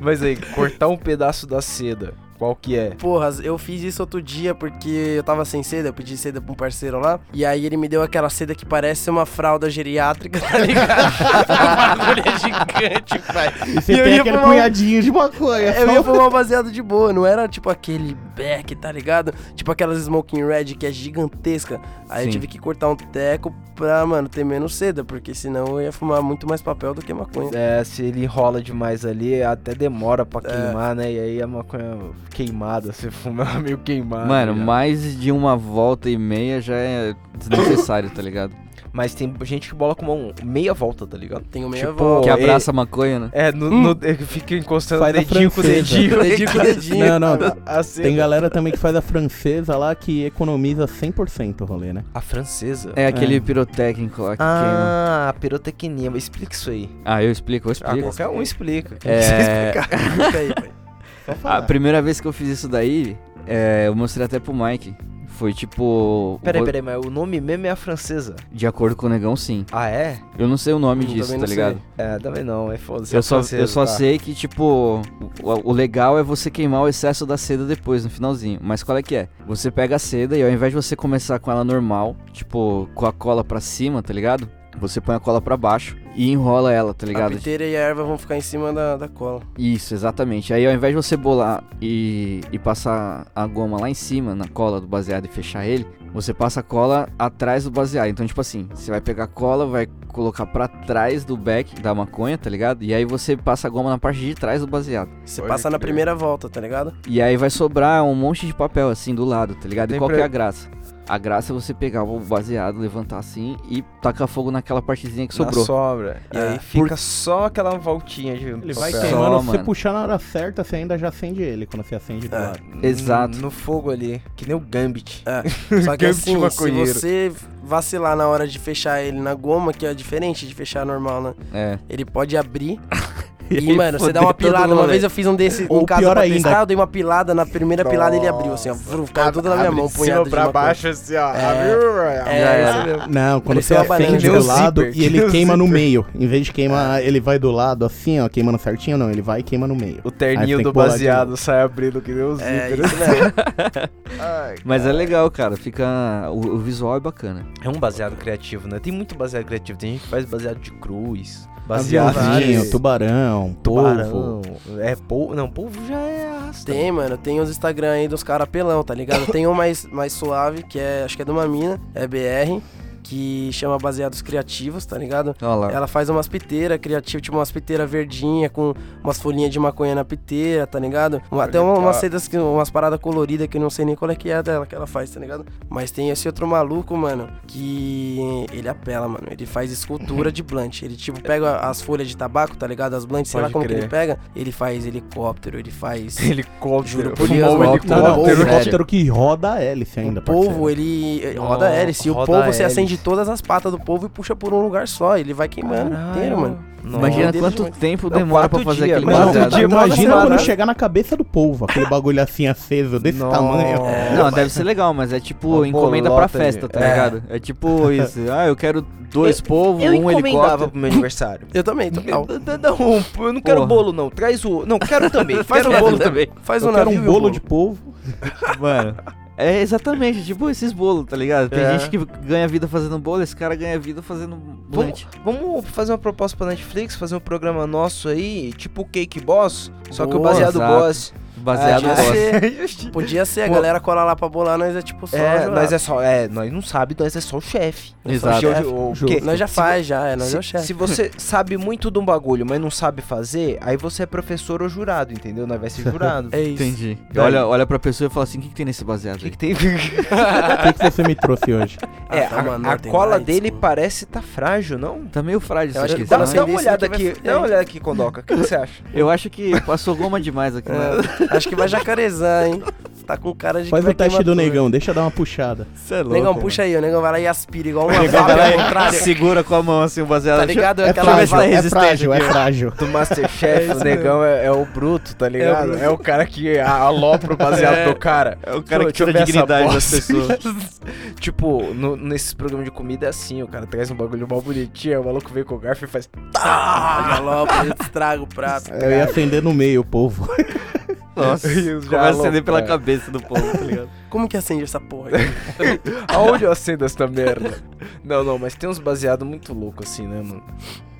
[SPEAKER 3] Mas aí, cortar um pedaço da seda, qual que é?
[SPEAKER 4] Porra, eu fiz isso outro dia porque eu tava sem seda, eu pedi seda pra um parceiro lá. E aí ele me deu aquela seda que parece uma fralda geriátrica, tá ligado? o bagulho é gigante, pai.
[SPEAKER 5] E você
[SPEAKER 4] E eu
[SPEAKER 5] tem
[SPEAKER 4] ia
[SPEAKER 5] aquele
[SPEAKER 4] fumar um-
[SPEAKER 5] punhadinho de maconha.
[SPEAKER 4] Eu
[SPEAKER 5] só
[SPEAKER 4] ia fumar um baseado de boa, não era tipo aquele back, tá ligado? Tipo aquelas smoking red que é gigantesca. Aí eu
[SPEAKER 1] Sim.
[SPEAKER 4] tive que cortar um teco pra, mano, ter menos seda, porque senão eu ia fumar muito mais papel do que maconha.
[SPEAKER 3] É, se ele enrola demais ali, até demora pra
[SPEAKER 4] É.
[SPEAKER 3] queimar, né? E aí a maconha queimada, você fuma ela meio queimada.
[SPEAKER 1] Mano,
[SPEAKER 3] já.
[SPEAKER 1] mais de uma volta e meia já é desnecessário, tá ligado?
[SPEAKER 3] mas tem gente que bola com mão meia volta, tá ligado?
[SPEAKER 4] Tenho meia
[SPEAKER 3] Tipo,
[SPEAKER 4] volta.
[SPEAKER 1] Que
[SPEAKER 3] e-
[SPEAKER 1] abraça a maconha, né?
[SPEAKER 3] É, no, no, fica encostando
[SPEAKER 5] Faz a
[SPEAKER 3] dedinho com
[SPEAKER 5] francesa.
[SPEAKER 3] dedinho. Assim, né?
[SPEAKER 4] Dedinho com dedinho.
[SPEAKER 5] Não, não.
[SPEAKER 3] A seda.
[SPEAKER 5] Tem galera também que faz a francesa lá que economiza 100% o rolê, né?
[SPEAKER 3] A francesa?
[SPEAKER 1] É aquele
[SPEAKER 5] É.
[SPEAKER 1] pirotécnico lá que queima.
[SPEAKER 3] Ah, pirotecnia. Mas explica isso aí.
[SPEAKER 1] Ah, eu explico, eu
[SPEAKER 3] Ah,
[SPEAKER 1] explico.
[SPEAKER 3] qualquer um explica. Quem quiser
[SPEAKER 1] É,
[SPEAKER 4] Fica aí, pai.
[SPEAKER 5] Só
[SPEAKER 1] a
[SPEAKER 5] falar.
[SPEAKER 1] primeira vez que eu fiz isso daí, é, eu mostrei até pro Mike. Foi tipo.
[SPEAKER 3] Peraí,
[SPEAKER 1] ro-
[SPEAKER 3] peraí, mas o nome mesmo é a francesa.
[SPEAKER 1] De acordo com o negão, sim.
[SPEAKER 3] Ah, é?
[SPEAKER 1] Eu não sei o nome
[SPEAKER 4] Eu
[SPEAKER 1] disso,
[SPEAKER 4] também
[SPEAKER 1] tá
[SPEAKER 4] não
[SPEAKER 1] ligado?
[SPEAKER 3] É, também não, é foda-se. é
[SPEAKER 1] Eu só, eu
[SPEAKER 3] francesa,
[SPEAKER 1] só
[SPEAKER 3] tá.
[SPEAKER 1] sei que, tipo, o, o legal é você queimar o excesso da seda depois, no finalzinho. Mas qual é que é? Você pega a seda e ao invés de você começar com ela normal, tipo, com a cola pra cima, tá ligado? Você põe a cola pra baixo e enrola ela, tá
[SPEAKER 4] A
[SPEAKER 1] ligado?
[SPEAKER 4] piteira e a erva vão ficar em cima da, da cola.
[SPEAKER 1] Isso, exatamente. Aí ao invés de você bolar e, e passar a goma lá em cima, na cola do baseado e fechar ele, você passa a cola atrás do baseado. Então, tipo assim, você vai pegar a cola, vai colocar pra trás do back da maconha, tá ligado? E aí você passa a goma na parte de trás do baseado.
[SPEAKER 4] Você
[SPEAKER 3] Pode
[SPEAKER 4] passa na
[SPEAKER 3] crer.
[SPEAKER 4] primeira volta, tá ligado?
[SPEAKER 1] E aí vai sobrar um monte de papel assim do lado, tá ligado? E
[SPEAKER 3] Tem
[SPEAKER 1] qual
[SPEAKER 3] pra-
[SPEAKER 1] que é a graça? A graça é você pegar o baseado, levantar assim e tacar fogo naquela partezinha que
[SPEAKER 3] Na
[SPEAKER 1] sobrou.
[SPEAKER 3] sobra. E
[SPEAKER 4] É.
[SPEAKER 3] aí fica só aquela voltinha de
[SPEAKER 5] Ele vai
[SPEAKER 3] papel.
[SPEAKER 5] queimando,
[SPEAKER 1] Só,
[SPEAKER 5] se você
[SPEAKER 1] mano.
[SPEAKER 5] puxar na hora certa, você ainda já acende ele quando você acende do
[SPEAKER 4] É.
[SPEAKER 5] lado.
[SPEAKER 3] N-
[SPEAKER 1] Exato.
[SPEAKER 3] No fogo ali, que nem o Gambit.
[SPEAKER 4] Só que
[SPEAKER 3] Gambit
[SPEAKER 4] assim, se
[SPEAKER 3] maconheiro.
[SPEAKER 4] você vacilar na hora de fechar ele na goma, que é diferente de fechar normal, né?
[SPEAKER 1] É.
[SPEAKER 4] Ele pode abrir.
[SPEAKER 1] E
[SPEAKER 4] E, mano, você dá uma pilada. Uma vez eu fiz um desse
[SPEAKER 5] Ou
[SPEAKER 4] um caso
[SPEAKER 5] pior
[SPEAKER 4] pra
[SPEAKER 5] ainda.
[SPEAKER 4] testar, eu dei uma pilada, na primeira pilada ele abriu, assim, ó. vrum, Caiu tudo na minha mão, um punhado de maconha.
[SPEAKER 3] assim, ó.
[SPEAKER 4] É.
[SPEAKER 3] É.
[SPEAKER 4] É,
[SPEAKER 1] era.
[SPEAKER 4] isso mesmo.
[SPEAKER 5] Não, quando
[SPEAKER 4] Parecia
[SPEAKER 5] você
[SPEAKER 4] uma banana.
[SPEAKER 5] acende
[SPEAKER 4] Que nem
[SPEAKER 5] do
[SPEAKER 4] um
[SPEAKER 5] lado
[SPEAKER 3] zíper, que
[SPEAKER 5] e
[SPEAKER 3] nem
[SPEAKER 5] ele
[SPEAKER 3] um
[SPEAKER 5] queima no É.
[SPEAKER 3] zíper.
[SPEAKER 5] meio. Em vez de queimar, ele vai do lado assim, ó, queimando certinho, não. Ele vai e queima no meio.
[SPEAKER 3] O
[SPEAKER 5] Aí tem
[SPEAKER 3] terninho
[SPEAKER 5] que
[SPEAKER 3] do
[SPEAKER 5] bolar de
[SPEAKER 3] baseado sai abrindo que nem o
[SPEAKER 4] É,
[SPEAKER 3] zíper.
[SPEAKER 4] isso mesmo.
[SPEAKER 3] Ai,
[SPEAKER 1] Mas é legal, cara. Fica. O, o visual é bacana.
[SPEAKER 3] É um baseado criativo, né? Tem muito baseado criativo. Tem gente que faz baseado de cruz, baseado
[SPEAKER 5] Aviãozinho,
[SPEAKER 3] de
[SPEAKER 5] tubarão, polvo.
[SPEAKER 3] tubarão. É polvo. Não, polvo já é arrastão.
[SPEAKER 4] Tem, mano, tem os Instagram aí dos caras pelão, tá ligado? Tem um mais, mais suave, que é, acho que é de uma mina, é BR, que chama Baseados Criativos, tá ligado?
[SPEAKER 1] Olha lá.
[SPEAKER 4] Ela faz umas piteiras criativas, tipo umas piteiras verdinha com umas folhinhas de maconha na piteira, tá ligado? Um- Até uma- umas sedas, que, umas paradas coloridas que eu não sei nem qual é que é dela que ela faz, tá ligado? Mas tem esse outro maluco, mano, que ele apela, mano. Ele faz escultura de blunt. Ele, tipo, pega as folhas de tabaco, tá ligado? As blunts, sei
[SPEAKER 3] Pode
[SPEAKER 4] lá como
[SPEAKER 3] crer. é
[SPEAKER 4] que ele pega. Ele faz helicóptero, ele faz...
[SPEAKER 3] Helicóptero.
[SPEAKER 4] Juro por
[SPEAKER 3] Fumar
[SPEAKER 4] Deus,
[SPEAKER 3] um
[SPEAKER 1] mano.
[SPEAKER 5] Não, não, o
[SPEAKER 1] Sério?
[SPEAKER 5] helicóptero que roda a hélice ainda,
[SPEAKER 4] O polvo,
[SPEAKER 5] parceiro.
[SPEAKER 4] ele eh,
[SPEAKER 3] Não,
[SPEAKER 4] roda hélice. E o
[SPEAKER 3] roda
[SPEAKER 4] polvo, você
[SPEAKER 3] hélice.
[SPEAKER 4] acende todas as patas do polvo e puxa por um lugar só. Ele vai queimando inteiro, mano.
[SPEAKER 1] Imagina
[SPEAKER 4] Nossa.
[SPEAKER 1] quanto
[SPEAKER 4] Demais.
[SPEAKER 1] tempo
[SPEAKER 3] Não,
[SPEAKER 1] demora pra
[SPEAKER 3] quatro
[SPEAKER 1] fazer
[SPEAKER 3] dias,
[SPEAKER 4] é
[SPEAKER 1] aquele
[SPEAKER 3] quatro
[SPEAKER 1] baseado.
[SPEAKER 5] Mano,
[SPEAKER 3] dias.
[SPEAKER 5] imagina quando
[SPEAKER 4] parada.
[SPEAKER 5] chegar na cabeça do povo, aquele bagulho assim aceso, desse
[SPEAKER 3] Nossa.
[SPEAKER 5] tamanho.
[SPEAKER 1] Não, deve ser legal, mas é tipo
[SPEAKER 3] Uma
[SPEAKER 1] encomenda pra
[SPEAKER 3] bolota de-
[SPEAKER 1] festa, tá
[SPEAKER 3] É.
[SPEAKER 1] ligado? É tipo isso. Ah, eu quero dois povos,
[SPEAKER 3] Eu
[SPEAKER 1] um
[SPEAKER 3] encomendava
[SPEAKER 1] helicóptero.
[SPEAKER 3] pro meu aniversário.
[SPEAKER 4] Eu também, total.
[SPEAKER 3] Eu- eu- Não, eu não quero
[SPEAKER 1] Porra.
[SPEAKER 3] bolo, não. Traz o. Não, quero também.
[SPEAKER 4] Faz
[SPEAKER 3] quero
[SPEAKER 4] um
[SPEAKER 3] bolo
[SPEAKER 4] bolo
[SPEAKER 3] também.
[SPEAKER 4] Faz um
[SPEAKER 5] Eu quero
[SPEAKER 4] navio.
[SPEAKER 5] um
[SPEAKER 4] e o
[SPEAKER 5] bolo de povo.
[SPEAKER 1] Mano. É exatamente, tipo esses bolos, tá ligado? Tem
[SPEAKER 3] É.
[SPEAKER 1] gente que ganha vida fazendo bolo, esse cara ganha vida fazendo lanche.
[SPEAKER 3] Vamos fazer uma proposta pra Netflix, fazer um programa nosso aí, tipo Cake Boss, só que o
[SPEAKER 1] Boa,
[SPEAKER 3] baseado
[SPEAKER 1] exato.
[SPEAKER 3] boss.
[SPEAKER 1] Baseado no
[SPEAKER 4] Ah, já
[SPEAKER 1] gosto.
[SPEAKER 4] sei. Podia ser, a
[SPEAKER 3] Pô.
[SPEAKER 4] galera cola lá pra bolar, nós é tipo só.
[SPEAKER 3] É,
[SPEAKER 4] jogar.
[SPEAKER 3] nós é só. É, nós não sabe, nós é só o chefe.
[SPEAKER 1] Exato.
[SPEAKER 3] Só o chefe, o- o
[SPEAKER 5] Justo.
[SPEAKER 3] quê?
[SPEAKER 4] Nós já
[SPEAKER 3] Se-
[SPEAKER 4] faz, já, é, nós
[SPEAKER 3] se,
[SPEAKER 4] é o chefe.
[SPEAKER 3] se você sabe muito de um bagulho, mas não sabe fazer, aí você é professor ou jurado, entendeu? Nós vai ser jurado.
[SPEAKER 4] É isso.
[SPEAKER 1] Entendi.
[SPEAKER 3] Daí-
[SPEAKER 1] Olha, olha pra pessoa e fala assim: o que, que tem nesse baseado?
[SPEAKER 3] O
[SPEAKER 1] aí?"
[SPEAKER 3] que, que tem?
[SPEAKER 5] O que, que você me trouxe hoje?
[SPEAKER 4] Ah,
[SPEAKER 3] é,
[SPEAKER 4] tá, mano,
[SPEAKER 3] a, a
[SPEAKER 4] tem
[SPEAKER 3] cola
[SPEAKER 4] mais,
[SPEAKER 3] dele
[SPEAKER 4] mano.
[SPEAKER 3] parece tá frágil, não?
[SPEAKER 1] Tá meio frágil
[SPEAKER 4] Eu
[SPEAKER 1] isso
[SPEAKER 4] acho que
[SPEAKER 1] aqui,
[SPEAKER 4] dá
[SPEAKER 1] sabe?
[SPEAKER 4] uma-
[SPEAKER 3] Dá uma
[SPEAKER 4] isso
[SPEAKER 3] olhada
[SPEAKER 4] aqui vai
[SPEAKER 3] aqui,
[SPEAKER 4] ficar-
[SPEAKER 3] dá uma olhada aqui, Kondoka. O que que você acha?
[SPEAKER 4] Tá
[SPEAKER 1] Eu acho que passou goma demais aqui, né?
[SPEAKER 4] É, acho que vai jacarezar, hein? Tá com cara de. que
[SPEAKER 5] Faz
[SPEAKER 4] vai
[SPEAKER 5] o teste
[SPEAKER 4] queimar
[SPEAKER 5] do
[SPEAKER 4] tudo.
[SPEAKER 5] negão, deixa eu dar uma puxada.
[SPEAKER 1] Você é
[SPEAKER 4] Negão, puxa aí, o negão vai lá e aspira igual uma
[SPEAKER 1] Negão
[SPEAKER 4] vaca
[SPEAKER 1] vai lá
[SPEAKER 4] ao
[SPEAKER 1] e
[SPEAKER 4] contrário.
[SPEAKER 1] Segura com a mão assim o baseado.
[SPEAKER 4] Tá ligado?
[SPEAKER 5] É
[SPEAKER 4] Aquela
[SPEAKER 5] frágil,
[SPEAKER 4] vaca-
[SPEAKER 1] vai-
[SPEAKER 5] é
[SPEAKER 1] resistente
[SPEAKER 5] frágil, é frágil.
[SPEAKER 3] do Masterchef, o negão é, é o bruto, tá
[SPEAKER 4] É o
[SPEAKER 3] ligado? É o,
[SPEAKER 4] bruto.
[SPEAKER 3] cara que a- alopra o baseado do cara.
[SPEAKER 1] É o cara
[SPEAKER 3] Pô,
[SPEAKER 1] que tira
[SPEAKER 3] deixa
[SPEAKER 1] a
[SPEAKER 3] eu ver
[SPEAKER 1] dignidade das
[SPEAKER 3] essa bosta.
[SPEAKER 1] pessoas.
[SPEAKER 3] tipo, no- nesses programas de comida é assim, o cara traz um bagulho mal bonitinho, aí o maluco vem com o garfo e faz...
[SPEAKER 4] Ah, galopa, ele estraga o prato.
[SPEAKER 5] Eu ia acender no meio, o povo.
[SPEAKER 1] Nossa,
[SPEAKER 3] Eu já
[SPEAKER 1] começa a acender
[SPEAKER 3] louco,
[SPEAKER 1] pela
[SPEAKER 4] é.
[SPEAKER 3] cara.
[SPEAKER 1] cabeça do povo, tá ligado?
[SPEAKER 4] Como que acende essa porra aí?
[SPEAKER 3] Aonde eu acendo essa merda? não, não, mas tem uns baseados muito loucos assim, né, mano?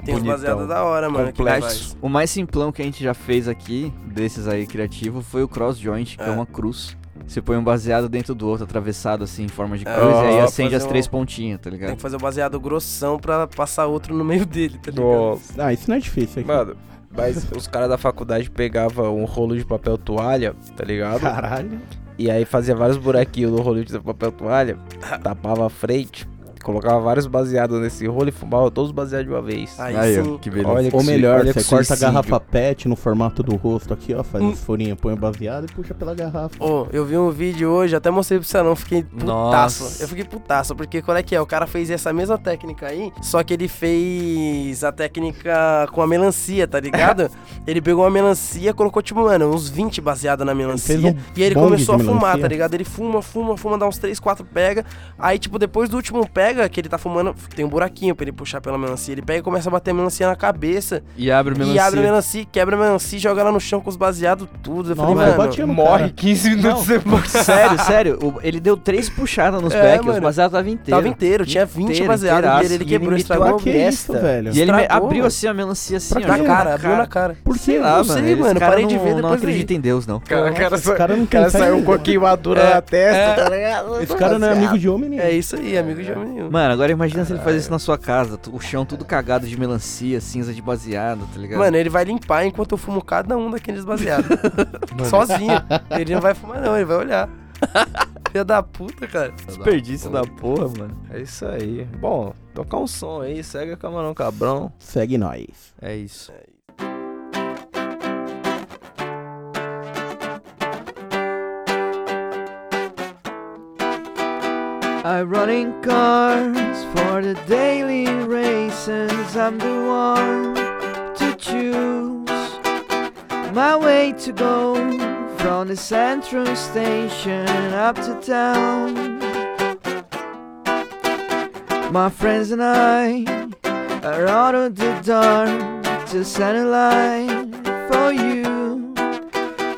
[SPEAKER 4] Tem uns
[SPEAKER 3] Bonitão.
[SPEAKER 4] baseados da hora, mano. que
[SPEAKER 3] Complexo.
[SPEAKER 4] faz.
[SPEAKER 1] O mais simplão que a gente já fez aqui, desses aí criativo, foi o cross joint, que é,
[SPEAKER 4] É.
[SPEAKER 1] uma cruz. Você põe um baseado dentro do outro, atravessado assim, em forma de
[SPEAKER 4] É,
[SPEAKER 1] cruz, e aí
[SPEAKER 4] ó,
[SPEAKER 1] acende
[SPEAKER 4] fazer
[SPEAKER 1] as
[SPEAKER 4] um-
[SPEAKER 1] três pontinhas, tá
[SPEAKER 4] Tem
[SPEAKER 1] ligado?
[SPEAKER 4] que fazer o baseado grossão pra passar outro no meio dele, tá ligado?
[SPEAKER 3] Nossa.
[SPEAKER 5] Ah, isso não é difícil aqui.
[SPEAKER 3] Mano, mas os caras da faculdade pegavam um rolo de papel toalha, tá ligado?
[SPEAKER 5] Caralho.
[SPEAKER 3] E aí fazia vários buraquinhos no rolo de papel toalha, tapava a frente, colocava vários baseados nesse rolo e fumava todos os baseados de uma vez.
[SPEAKER 4] Aí,
[SPEAKER 1] Aí, ó,
[SPEAKER 4] sim.
[SPEAKER 1] que beleza.
[SPEAKER 3] Olha que
[SPEAKER 5] Ou
[SPEAKER 3] sui-
[SPEAKER 5] melhor,
[SPEAKER 3] olha que
[SPEAKER 5] você corta a
[SPEAKER 3] suicídio.
[SPEAKER 5] garrafa PET no formato do rosto aqui, ó. Faz
[SPEAKER 4] Hum.
[SPEAKER 5] uns furinhos, põe o baseado e puxa pela garrafa.
[SPEAKER 4] Ô, eu vi um vídeo hoje, até mostrei pro Salão, fiquei putaço.
[SPEAKER 1] Nossa.
[SPEAKER 4] Eu fiquei putaço, porque qual é que é? O cara fez essa mesma técnica aí, só que ele fez a técnica com a melancia, tá ligado? ele pegou a melancia, colocou, tipo, mano, uns 20 baseado na melancia.
[SPEAKER 5] fez um
[SPEAKER 4] e aí ele
[SPEAKER 5] bong
[SPEAKER 4] começou a
[SPEAKER 5] de
[SPEAKER 4] fumar,
[SPEAKER 5] melancia.
[SPEAKER 4] tá ligado? Ele fuma, fuma, fuma, dá uns 3, 4 pega. Aí, tipo, depois do último pega, que ele tá fumando, tem um buraquinho pra ele puxar pela melancia. Ele pega e começa a bater a melancia na cabeça.
[SPEAKER 1] E abre o
[SPEAKER 4] E
[SPEAKER 1] melancia.
[SPEAKER 4] abre a melancia, quebra a melancia, joga ela no chão com os baseados, tudo. Eu falei,
[SPEAKER 5] Nossa, eu
[SPEAKER 4] mano.
[SPEAKER 5] batia no
[SPEAKER 3] Morre
[SPEAKER 5] cara.
[SPEAKER 3] 15 minutos depois.
[SPEAKER 1] Sério, sério, o- ele deu três puxadas nos
[SPEAKER 4] É,
[SPEAKER 1] packs,
[SPEAKER 4] mano.
[SPEAKER 1] o baseado tava inteiro.
[SPEAKER 4] Tava inteiro, tinha 20
[SPEAKER 1] Inteiro,
[SPEAKER 4] baseados
[SPEAKER 1] inteiraço.
[SPEAKER 4] dele, ele
[SPEAKER 1] E
[SPEAKER 4] quebrou,
[SPEAKER 1] ele
[SPEAKER 4] estragou
[SPEAKER 3] meteu
[SPEAKER 4] a
[SPEAKER 3] uma
[SPEAKER 5] Que
[SPEAKER 4] vida.
[SPEAKER 5] isso,
[SPEAKER 3] Besta.
[SPEAKER 5] velho?
[SPEAKER 1] E ele me-
[SPEAKER 4] Estragou,
[SPEAKER 1] abriu
[SPEAKER 4] mano.
[SPEAKER 1] assim a melancia assim, ó.
[SPEAKER 4] tá Na
[SPEAKER 1] jogou
[SPEAKER 4] cara, abriu na cara.
[SPEAKER 5] Por
[SPEAKER 1] Sei
[SPEAKER 5] que?
[SPEAKER 1] lá,
[SPEAKER 4] Não
[SPEAKER 1] mano.
[SPEAKER 4] sei,
[SPEAKER 1] esse
[SPEAKER 4] mano,
[SPEAKER 1] cara
[SPEAKER 4] parei de
[SPEAKER 1] não,
[SPEAKER 4] ver
[SPEAKER 1] não
[SPEAKER 4] depois
[SPEAKER 1] acredita em Deus, não.
[SPEAKER 3] Cara, o cara,
[SPEAKER 5] Esse
[SPEAKER 3] sa-
[SPEAKER 5] cara não
[SPEAKER 3] o cara
[SPEAKER 5] consegue-
[SPEAKER 3] saiu com a queimadura na testa. tá ligado?
[SPEAKER 5] Esse cara não é amigo de homem nenhum.
[SPEAKER 4] É isso aí, amigo de homem nenhum.
[SPEAKER 1] Mano, agora imagina se ele faz isso na sua casa, tu- o chão tudo cagado de melancia, cinza de baseado, tá ligado?
[SPEAKER 4] Mano, ele vai limpar enquanto eu fumo cada um daqueles baseados. Sozinho. Ele não vai fumar, não, ele vai olhar. Filha da puta, cara.
[SPEAKER 1] desperdício da porra, mano.
[SPEAKER 3] É isso aí. Bom, tocar um som aí, segue o Camarão Cabrão.
[SPEAKER 5] Segue nós.
[SPEAKER 1] É isso. I'm running cars for the daily races. I'm the one to choose my way to go from the central station up to town. My friends and I are out of the dark to send a light for you.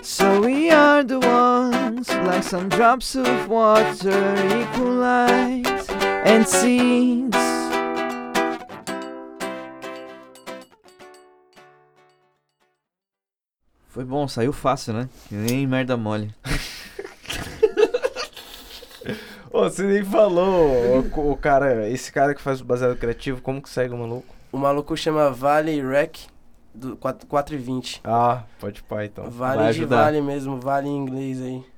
[SPEAKER 1] So we are the ones, like some drops of water, equal light and seeds. Foi bom, saiu fácil, né? Que Nem merda mole.
[SPEAKER 3] Ô, você nem falou o, o cara, esse cara que faz o baseado criativo, como que segue o maluco?
[SPEAKER 4] O maluco chama Vale Rec, do 4 4 e 20.
[SPEAKER 3] Ah, pode pá então.
[SPEAKER 4] Vale
[SPEAKER 1] vai
[SPEAKER 4] de
[SPEAKER 1] ajudar.
[SPEAKER 4] vale mesmo, vale em inglês aí.